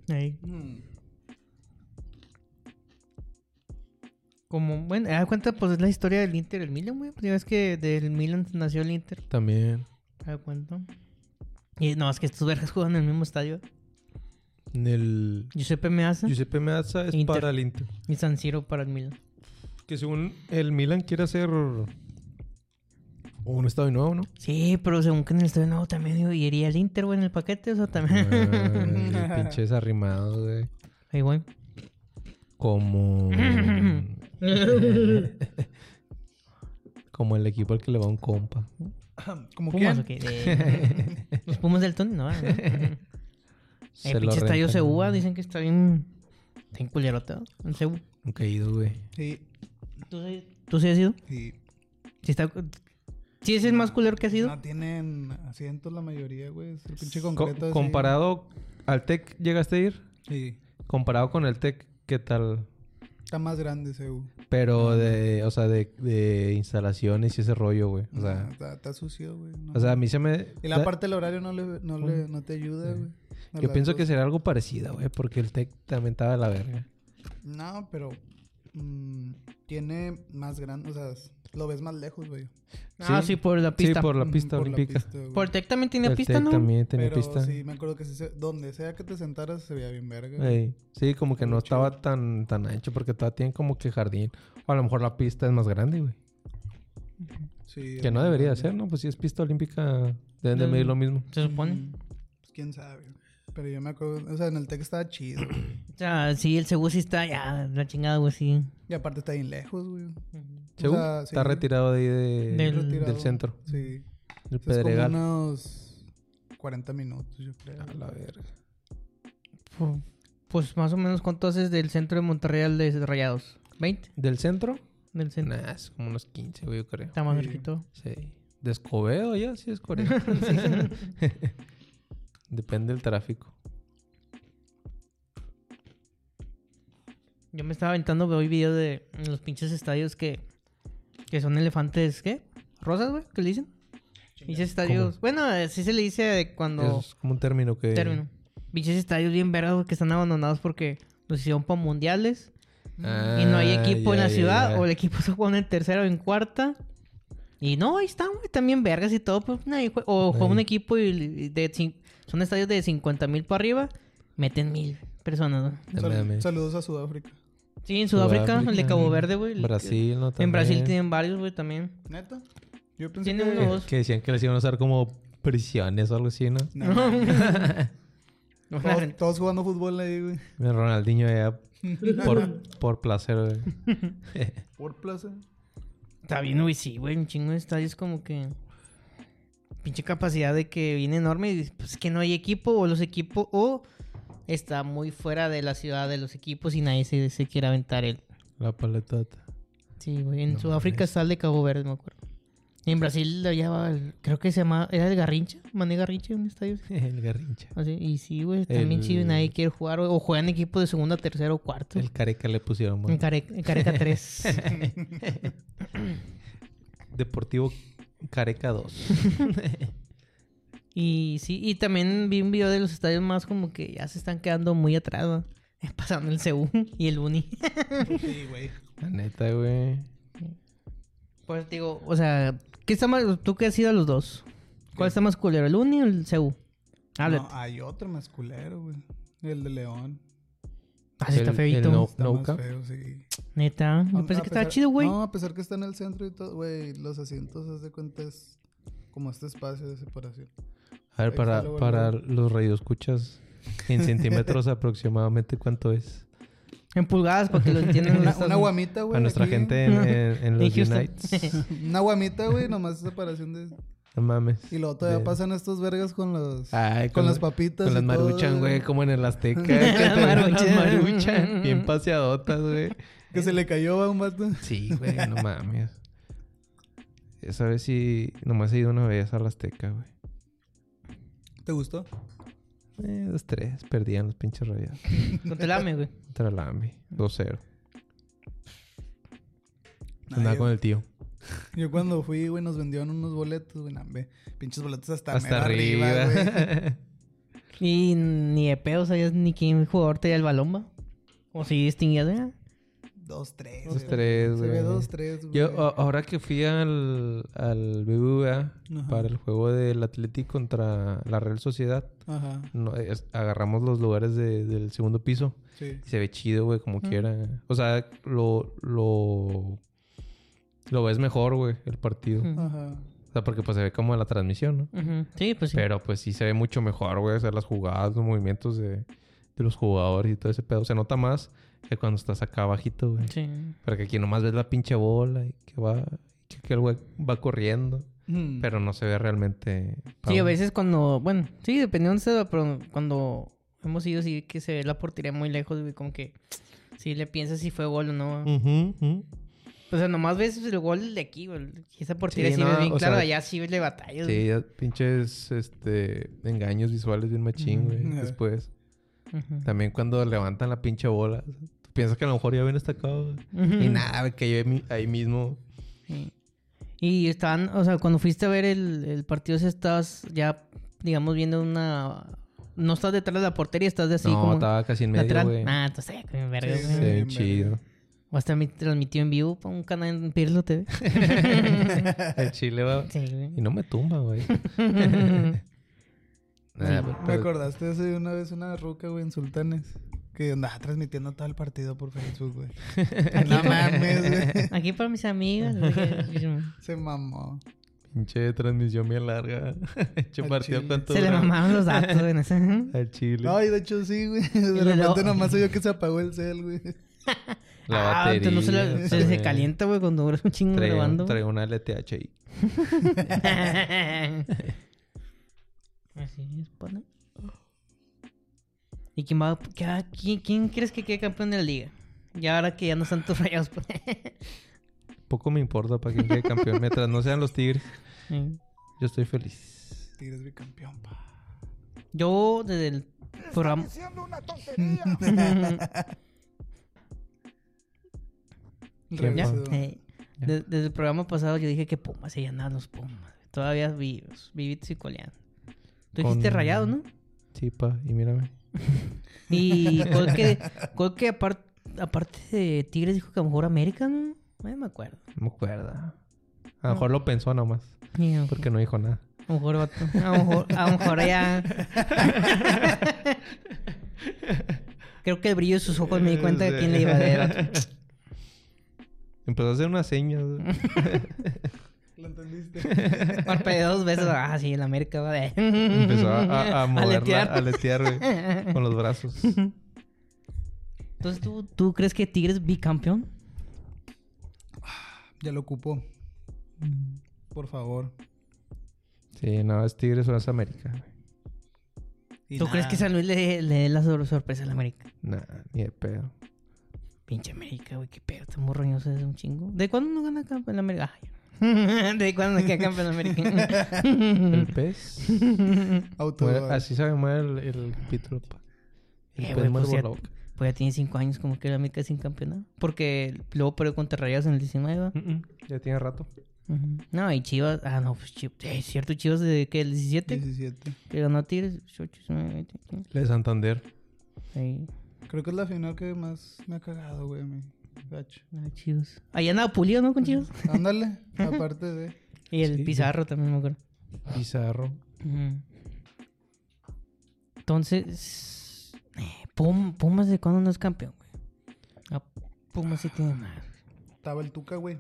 Ahí. Hmm. Como, bueno, ¿te das cuenta? Pues es la historia del Inter, el Milan, güey. Pues Ya ves que del Milan nació el Inter. También. ¿Te das cuenta? Y no, es que estos vergas juegan en el mismo estadio. En el. Giuseppe Meazza Giuseppe Meazza es Inter. para el Inter. y San Siro para el Milan. Que según el Milan quiere hacer un estadio nuevo, ¿no? Sí, pero según que en el estadio nuevo también digo, y iría el Inter, güey, en el paquete. O sea, también. Ay, Ah, pinches arrimados, güey. Ahí, güey. Como. Como el equipo al que le va un compa. ¿Cómo Pumas, quién? ¿o qué? De- Los Pumas del Tony, no. ¿verdad? El pinche estadio ah, rentan. Seúa, dicen que está bien. Está bien culerote, ¿no? En Seúl. Nunca he ido, güey. Sí. ¿Tú, sí- tú sí has ido? Y Sí, está... sí ese es el más culero que has ido. no tienen asientos la mayoría, güey. Es el pinche Co- concreto. así. comparado al TEC, ¿llegaste a ir? Sí. Comparado con el TEC, ¿qué tal? Está más grande ese, güey. Ah. Pero de, o sea, de, de instalaciones y ese rollo, güey. O sea, Ah, está, está sucio, güey. no. o sea, a mí se me... y la da- parte del horario no, le, no, le, no te ayuda, güey. No, Yo las pienso dos. que será algo parecido, güey, porque el TEC también estaba de la verga. No, pero. mm, tiene más grande. O sea, es- lo ves más lejos, güey. Ah, sí, por la pista. Sí, por la Mm, pista por la olímpica. pista, güey. Por el Tec también tenía El pista, TEC ¿no? Este, también tenía Pero pista. sí, me acuerdo que sí se- donde sea que te sentaras se veía bien verga. güey. Ey, Sí, como que no estaba tan, tan ancho porque todavía tienen como que jardín. O a lo mejor la pista es más grande, güey. Sí, Que no es debería grande. ser, ¿no? Pues si es pista olímpica, deben de Mm. medir lo mismo. Se supone. Mm, pues, quién sabe. güey. Pero yo me acuerdo, o sea, en el TEC estaba chido. güey. O sea, sí, el Sebu sí está ya, la chingada, güey, sí. Y aparte está bien lejos, güey. O Según sea, está sí, retirado de ahí de- Del- del, retirado. centro. Sí. El O sea, Es como Pedregal. unos 40 minutos, yo creo. A la verga. Por- pues más o menos, ¿cuánto haces del centro de Monterrey al de Rayados? ¿20? ¿Del centro? Del Ah. centro. Nah, es como unos 15, güey, yo creo. Está más Sí. cerquito. Sí. ¿De Escobedo ya? Sí, es Corea. Depende del tráfico. Yo me estaba aventando, hoy videos de los pinches estadios que, que son elefantes, ¿qué? ¿Rosas, güey? ¿Qué le dicen? Pinches estadios. Bueno, así se le dice de cuando. Es eh, como un término que... Término. Pinches estadios bien vergas güey, que están abandonados porque los hicieron para mundiales. y no hay Ah, equipo en ya, la ya, ciudad. ya. O el equipo se juega en tercera o en cuarta. Y no, ahí están, güey. También vergas y todo. pues, nadie jue- o juega un Ahí. equipo y y de cin- son estadios de 50 mil para arriba. Meten mil personas, ¿no? No Sal- mames. saludos a Sudáfrica. Sí, en Sudáfrica, el de Sudáfrica. eh, Cabo Verde, güey. el- Brasil, ¿no? En Brasil También. tienen varios, güey, también. ¿Neta? Yo pensé Tiene que... uno o dos. Que decían que les iban a usar como prisiones o algo así, ¿no? No, La todos, gente- todos jugando fútbol ahí, güey. El Ronaldinho ya por, por placer, güey. Por plaza. Está bien, güey, sí, güey. Un chingo de estadios como que... Pinche capacidad de que viene enorme y pues que no hay equipo o los equipos o está muy fuera de la ciudad de los equipos y nadie se, se quiere aventar él. La paletota. Sí, güey. En No Sudáfrica mames. está el de Cabo Verde, me acuerdo. Y en Brasil allá va el- creo que se llamaba, era el Garrincha, Mané Garrincha, un estadio. así. El garrincha. Así, y sí, güey, también sí El- nadie quiere jugar güey, o juegan equipo de segunda, tercera o cuarto. El careca le pusieron, güey. En, Care- en Careca 3. Deportivo Careca 2. y sí, y también vi un video de los estadios más como que ya se están quedando muy atrás, ¿no? Pasando el CU y el Uni. Sí, güey. La neta, güey. Pues digo, o sea, ¿qué está más? ¿Tú qué has ido a los dos? ¿Cuál está más culero, el Uni o el Ah, CU? Háblate. No, hay otro más culero, güey. El de León. Así está El- feito. el no- Está más Camp. feo, sí. Neta, yo A- pensé a que estaba pesar- chido, güey. No, a pesar que está en el centro y todo, güey, los asientos, haz de cuenta, es como este espacio de separación. A ver, Ahí para, está, luego, para luego. los radioescuchas, en centímetros aproximadamente, ¿cuánto es? En pulgadas, para que lo entiendan. Una, Estas- una guamita, güey. Para nuestra aquí. gente en, en- en En los Houston. Unites. Una guamita, güey, nomás separación de... No mames. Y luego todavía De- pasan estos vergas con los... Ay, con las papitas Con las y todo, maruchan, güey. güey, como en el Azteca. que te dan las Maruchan. maruchan. Bien paseadotas, güey. Que se le cayó a un vato. Sí, güey, no mames. Esa vez sí, nomás he ido una vez a la Azteca, güey. ¿Te gustó? Eh, dos, tres, perdían los pinches rayados. Con telame, güey. Contra la AMBI, 2-0. Nah, Andaba yo- con el tío. Yo cuando fui, güey, nos vendieron unos boletos, güey, nah, hombre, pinches boletos hasta, Hasta mero arriba, güey. güey. Y ni de pedo sabías ni quién jugador te da el balón, va. O si distinguías, ¿eh? Dos, tres. Dos, güey. tres, Se ve güey. dos, tres, güey. Yo, oh. a- ahora que fui al, al BBVA Ajá. para el juego del Atlético contra la Real Sociedad, Ajá, no, es- agarramos los lugares de- del segundo piso. sí. Y se ve chido, güey, como quiera. O sea, lo, lo, lo ves mejor, güey, el partido. Ujú. Ajá. O sea, porque pues se ve como la transmisión, ¿no? Ujú. Sí, pues sí. Pero pues sí se ve mucho mejor, güey. O sea, las jugadas, los movimientos de, de los jugadores y todo ese pedo. Se nota más que cuando estás acá abajito, güey. Sí. Porque aquí nomás ves la pinche bola y que va... Que, que el güey va corriendo. Mm. Pero no se ve realmente... pa' Sí, a dónde. veces cuando. Bueno, sí, dependiendo de dónde se va, pero cuando hemos ido, sí que Mm. se ve la portería muy lejos, güey. Como que. Sí, le piensas si fue gol o no. Ujú, ujú. O sea, nomás ves el gol de aquí, güey. Y esa portería Sí, sí, no, ves bien o claro. sea, allá sí ves le batallas. Sí, güey. ya pinches este, engaños visuales bien machín, güey. Ujú. Después. Ujú. También cuando levantan la pinche bola. Tú piensas que a lo mejor ya ven hasta acá, güey. Ujú. Y nada, güey, que yo mi- ahí mismo. Sí. Y estaban, o sea, cuando fuiste a ver el, el partido, sí estabas ya, digamos, viendo una. No estás detrás de la portería, estás de así no, como. estaba casi en medio, lateral. güey. Ah, entonces, que me verga, Sí, Sí, güey. sí. bien chido. Va a estar mi- transmitido en vivo para un canal en Pirlo TV. El chile va. sí, güey. Y no me tumba, güey. Nah, Sí. Mm. Me pero- acordaste hace una vez una ruca, güey, en Sultanes. Que andaba transmitiendo todo el partido por Facebook, güey. no mames, güey. Aquí para mis amigos. Se mamó. Pinche transmisión bien larga. Hecho Al partido chile. cuánto Se le dura? mamaban los datos en ese. ¿eh? Al chile. No, y de hecho sí, güey. De luego- repente nomás se vio que se apagó el cel, güey. La Ah, entonces batería. no se, le- se, se también. calienta, güey, cuando duras un chingo Traigo, grabando. traigo una LTH ahí. Así es, pana. ¿Y quién va? qué va- ¿Quién, quién crees que quede campeón de la liga? Ya ahora que ya no están tus rayados. pues. Poco me importa para quien quede campeón. Mientras no sean los Tigres, yo estoy feliz. Tigres bicampeón, pa. Yo desde el programa. ¿Quién Ya, Regresó. eh, de- desde el programa pasado yo dije que Pumas se llenan los Pumas. Todavía vivos, vivitos y coleando. Tú dijiste Con- rayado, ¿no? Sí, pa, y mírame. Y gol que, gol que apar- aparte de Tigres dijo que a lo mejor América, ¿no? No me acuerdo. No me acuerda. A Mm. lo mejor lo pensó nomás, porque no dijo nada. A lo mejor, vato. A lo mejor, a lo mejor ya. Creo que el brillo de sus ojos me di cuenta de quién le iba a ver. vato. Empezó a hacer unas señas. güey. ¿Lo entendiste? Parpadeó dos veces. Ah, sí, el América va de. Empezó a, a, a moverla, letear. a letear, güey, con los brazos. Entonces, ¿tú, ¿tú crees que Tigres es bicampeón? Ya lo ocupó. Por favor. Sí, no, es Tigres o es América. güey. Y ¿Tú crees nada. que San Luis le, le dé la sor- sorpresa al América? Nah, ni de pedo. Pinche América, güey, qué pedo, tan borroñoso es un chingo. ¿De cuándo no gana campeón América? Ay, ¿De cuándo no queda campeón América? El pez. Auto. Muere- así se llama el, el capítulo, pa. El Eh, pez güey, muere pues por ya- la boca. Pues ya tiene cinco años como que la América sin campeonato. Porque luego perdió contra Rayados en el 19. ¿va? Mm, mm, Ya tiene rato. Ujú. No, y Chivas. Ah, no, pues Chivas. sí, Es cierto, Chivas de que el 17 17. que ganó Tigres. 18, 19, 20, 21. La de Santander. Ahí, Creo que es la final que más me ha cagado, güey, a mí. Gacho. no, Chivas. Ahí andaba pulido, ¿no? Con Chivas. Ándale, aparte de. Y el Sí, Pizarro también me acuerdo. Pizarro. Ujú. Entonces, eh, Pum- Pumas de cuándo no es campeón, güey. Ah, Pumas sí tiene más. Estaba el Tuca, güey.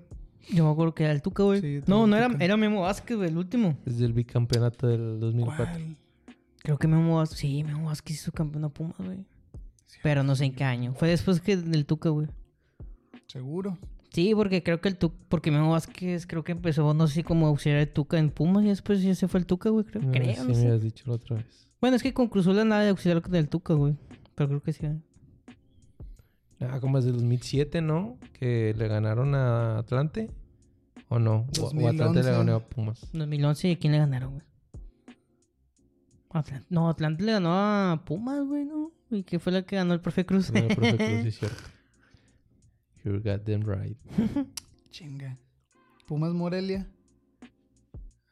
Yo me acuerdo que era el Tuca, güey. Sí, tuvo no, el no era, Tuca. era Memo Vázquez, güey, el último. Desde el bicampeonato del 2004. ¿Cuál? Creo que Memo Vázquez, sí, Memo Vázquez hizo campeón a Pumas, güey. Pero no sé en qué año. Fue después que del Tuca, güey. Seguro. Sí, porque creo que el Tuca, porque Memo Vázquez creo que empezó, no sé si como auxiliar de Tuca en Pumas y después ya se fue el Tuca, güey, creo. Ah, creo, sí, no me sé. habías dicho la otra vez. Bueno, es que con Cruz Azul andaba de auxiliar del Tuca, güey. Pero creo que sí. ¿eh? Ah, como es del 2007, ¿no? Que le ganaron a Atlante. ¿O no? O- O, Atlante 2011. le ganó a Pumas. 2011, ¿y a quién le ganaron, güey? Atlan- no, Atlante le ganó a Pumas, güey, ¿no? ¿Y qué fue la que ganó el profe Cruz? No, profe Cruz, sí es cierto. You got them right. Chinga. Pumas Morelia.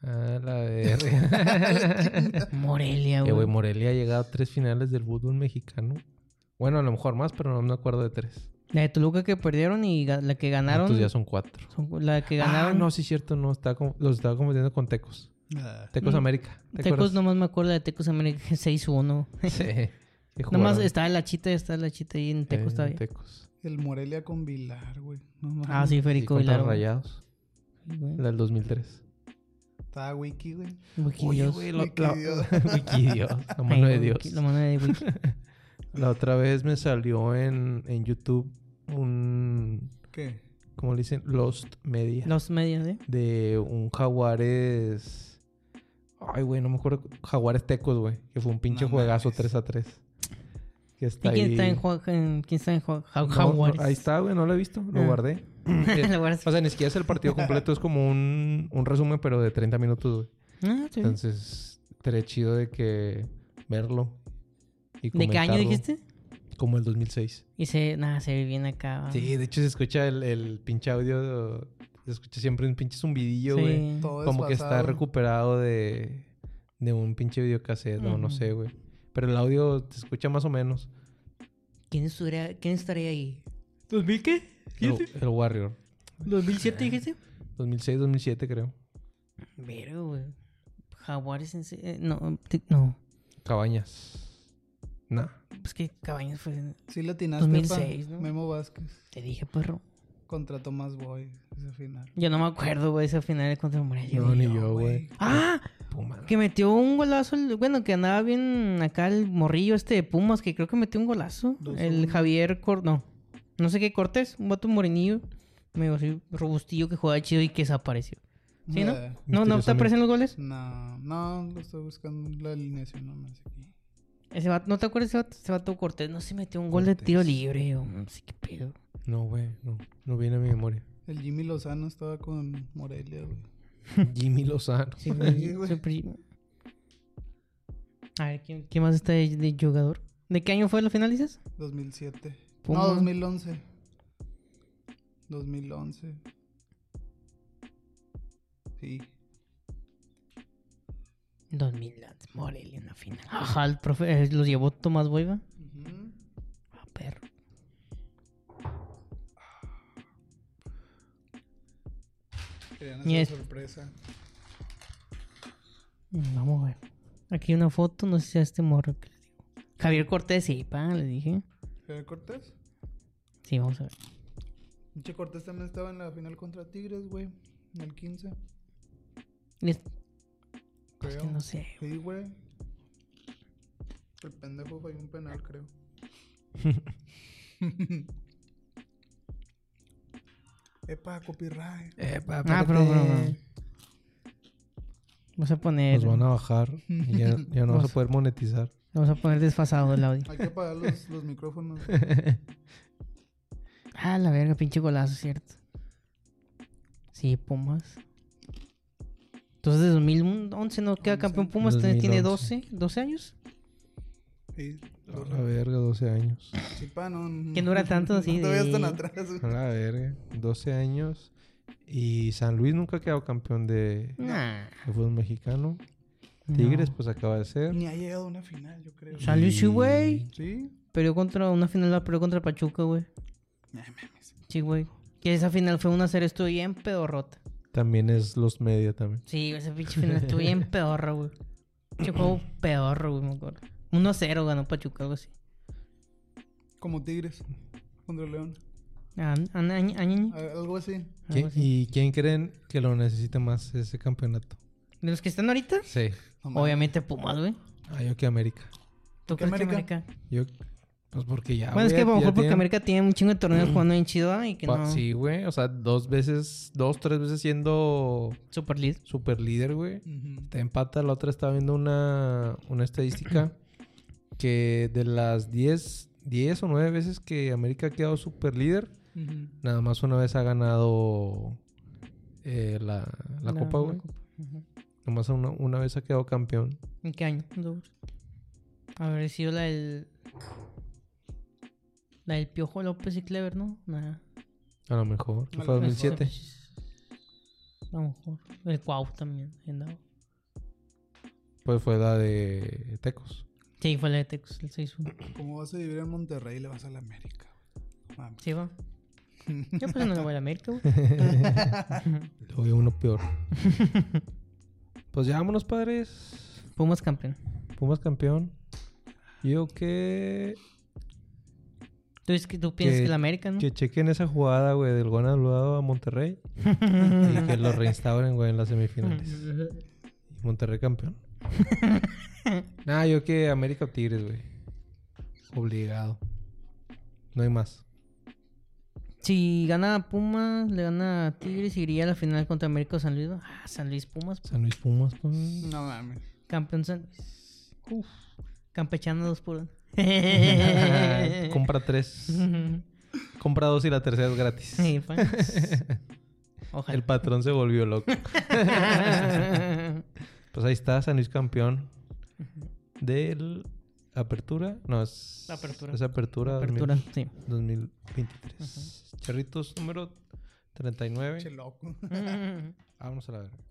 Ah, la verga. Morelia, Eh, güey, güey. Morelia ha llegado a tres finales del fútbol mexicano. Bueno, a lo mejor más, pero no me acuerdo de tres. La de Toluca que perdieron y ga- la que ganaron. Entonces ya son cuatro. son- la que Ah, ganaron. no, sí es cierto. No, estaba con- los estaba confundiendo con Tecos. Tecos Mm. América. ¿te Tecos acuerdas? nomás me acuerdo de Tecos América 6-1. Sí. que Nomás jugaron, estaba la chita, estaba la chita ahí en eh, Tecos todavía. Tecos. El Morelia con Vilar, güey. No mames. Ah, sí, Y Federico contra Vilar. güey. Rayados. Sí, güey. La del 2003. Estaba Wiki, güey. Wiki Oye, Dios. güey, la- Wikidios. la- Wikidios, La Ay, mano de güey, Dios. Wiki- La mano de Wiki. La otra vez me salió en, en YouTube un... ¿Qué? ¿Cómo le dicen? Lost Media. Los medios, ¿eh? De un Jaguares... Ay, güey, no me acuerdo. Jaguares Tecos, güey. Que fue un pinche No juegazo mames. 3 a 3. que ¿Y está quién está ahí. en, Ju- en- quién está en Ju- Jau- No, no, Jaguares? ahí está, güey, no lo he visto, lo Ah. guardé. Eh, Lo guardas. o sea, ni siquiera es el partido completo, es como un, un resumen, pero de 30 minutos, güey. Ah, está bien. Entonces, estaría chido de que verlo. y ¿De qué año comentarlo. dijiste? Como el 2006. Y se, nada, se ve bien acá. va. Sí, de hecho se escucha el, el pinche audio, se escucha siempre un pinche zumbidillo, Sí. güey. Todo Como que está desfasado. recuperado de, de un pinche videocassette, o no Ujú. sé, güey. Pero el audio se escucha más o menos. ¿Quién, estuviera- quién estaría ahí? ¿2000 qué? El, el Warrior. ¿2007 dijiste? 2006, 2007 creo. Pero, güey. Jaguares en... se- eh, No, te- no. Cabañas. Nah. Pues que Cabañas fue... en- Sí, latinaste, 2006, pa. ¿no? Memo Vázquez Te dije, perro. contra Tomás Boy. Ese final. Yo no me acuerdo, güey, esa final contra Morelia. No, güey. ni yo, güey. ¡Ah! Puma. Que metió un golazo, el- bueno, que andaba bien acá el morrillo este de Pumas, que creo que metió un golazo. Dos a El uno. Javier Cor... No, no sé qué Cortés, un vato morenillo, medio así, robustillo, que jugaba chido y que desapareció. ¿Sí, Eh, no? ¿No, no te Misteriosamente. aparecen los goles? No, no, lo estoy buscando la alineación nomás aquí. Ese vato- ¿No te acuerdas de ese vato? Ese vato Cortés no se metió un gol de tiro libre, o no sé qué pedo. No, güey. No, no viene a mi memoria. El Jimmy Lozano estaba con Morelia, güey. Jimmy Lozano. Sí, güey, Sí, güey. siempre- A ver, ¿quién, quién más está de, de jugador? ¿De qué año fue la final, dices? 2007. Puma. No, 2011. 2011. Sí. 2000, Morelia en la final. Ajá, el profe, eh, los llevó Tomás Boiva. Ujú. Ah, perro. Querían Ni hacer es- sorpresa. Mm, Vamos a ver. Aquí hay una foto, no sé si sea este morro que les digo. Javier Cortés, sí, pa, le dije. ¿Javier Cortés? Sí, vamos a ver. Pinche Cortés también estaba en la final contra Tigres, güey. En el 15. Es- es Creo. que no sé. Sí, güey. El pendejo falló un penal, creo. Epa, copyright. Eh, Eh, Ah, pero, pero, pero. Vamos a poner. Nos van a bajar. y ya, ya no vas a poder monetizar. Vamos a poner desfasado el audio. Hay que apagar los, los micrófonos. Ah, la verga, pinche golazo, cierto. Sí, Pumas. Entonces, desde 2011 no queda Once. campeón Pumas, tiene- tiene 12, 2011. 12 años. Sí, A la verga, 12 años. sí, pa, no. Que no era tanto así No te veas de- tan atrás, güey. A la verga. 12 años. Y San Luis nunca ha quedado campeón de, Nah. de fútbol mexicano. no. Tigres, pues acaba de ser. Ni ha llegado a una final, yo creo. San Luis, sí, güey. Sí. Perdió contra una final, la perdió contra Pachuca, güey. Ay, mames. Sí, güey. Que esa final fue una serie, estuvo bien pedorrota. También es los media también. Sí, esa pinche final estuvo bien pedorra, güey. Pinche juego pedorro, güey, me acuerdo. 1-0 ganó Pachuca, algo así. Como Tigres contra León. Ah, ah, ah, ah, ah, A- Algo así. ah, ¿Qui- algo así. ¿Y quién creen que lo necesita más ese campeonato? ¿De los que están ahorita? Sí. No mames. Obviamente Pumas, güey. Ah, yo que América. ¿Tú qué crees que América? América? Yo, pues porque ya. bueno, es güey, que a lo ya mejor porque tienen- América tiene un chingo de torneos jugando bien chido ¿ah? y que Pa- no. Sí, güey. O sea, dos veces, dos, tres veces siendo Super League. super líder, güey. Ujú. Te empata. La otra estaba viendo una, una estadística que de las 10, 10 o 9 veces que América ha quedado super líder, Ujú. nada más una vez ha ganado eh, la, la La- copa, la güey. Nomás una, una vez ha quedado campeón. ¿En qué año? Dos. Haber sido la del. La del Piojo López y Clever, ¿no? Nada. A lo mejor. A lo que Fue 2007. A lo mejor. El Cuau también. andaba. Pues fue la de Tecos. Sí, fue la de Texas, el 6-1. Como vas a vivir en Monterrey, le vas a la América. güey. Mames. Sí, va. Yo pues no le voy a la América, güey. Lo veo uno peor. pues ya vámonos, padres. Pumas campeón. Pumas campeón. Yo que. ¿Tú, dices que, tú piensas Que- que la América, ¿no? Que chequen esa jugada, güey, del gol anulado a Monterrey. y que lo reinstauren, güey, en las semifinales. Y Monterrey campeón. nah, yo que América o Tigres, güey. Obligado. No hay más. Si gana Pumas, le gana a Tigres, iría a la final contra América o San Luis. ¿no? Ah, San Luis Pumas, San Luis Pumas, pues. No mames. campeón San Luis. Uf. Campechana dos por uno. Compra tres. Compra dos y la tercera es gratis. Sí, pues. Ojalá. El patrón se volvió loco. pues ahí está, San Luis campeón del Apertura. No, es. La Apertura. Es Apertura, Apertura, 2000 sí. 2023. Charritos número 39. Che loco. Mm. Vámonos a la verga.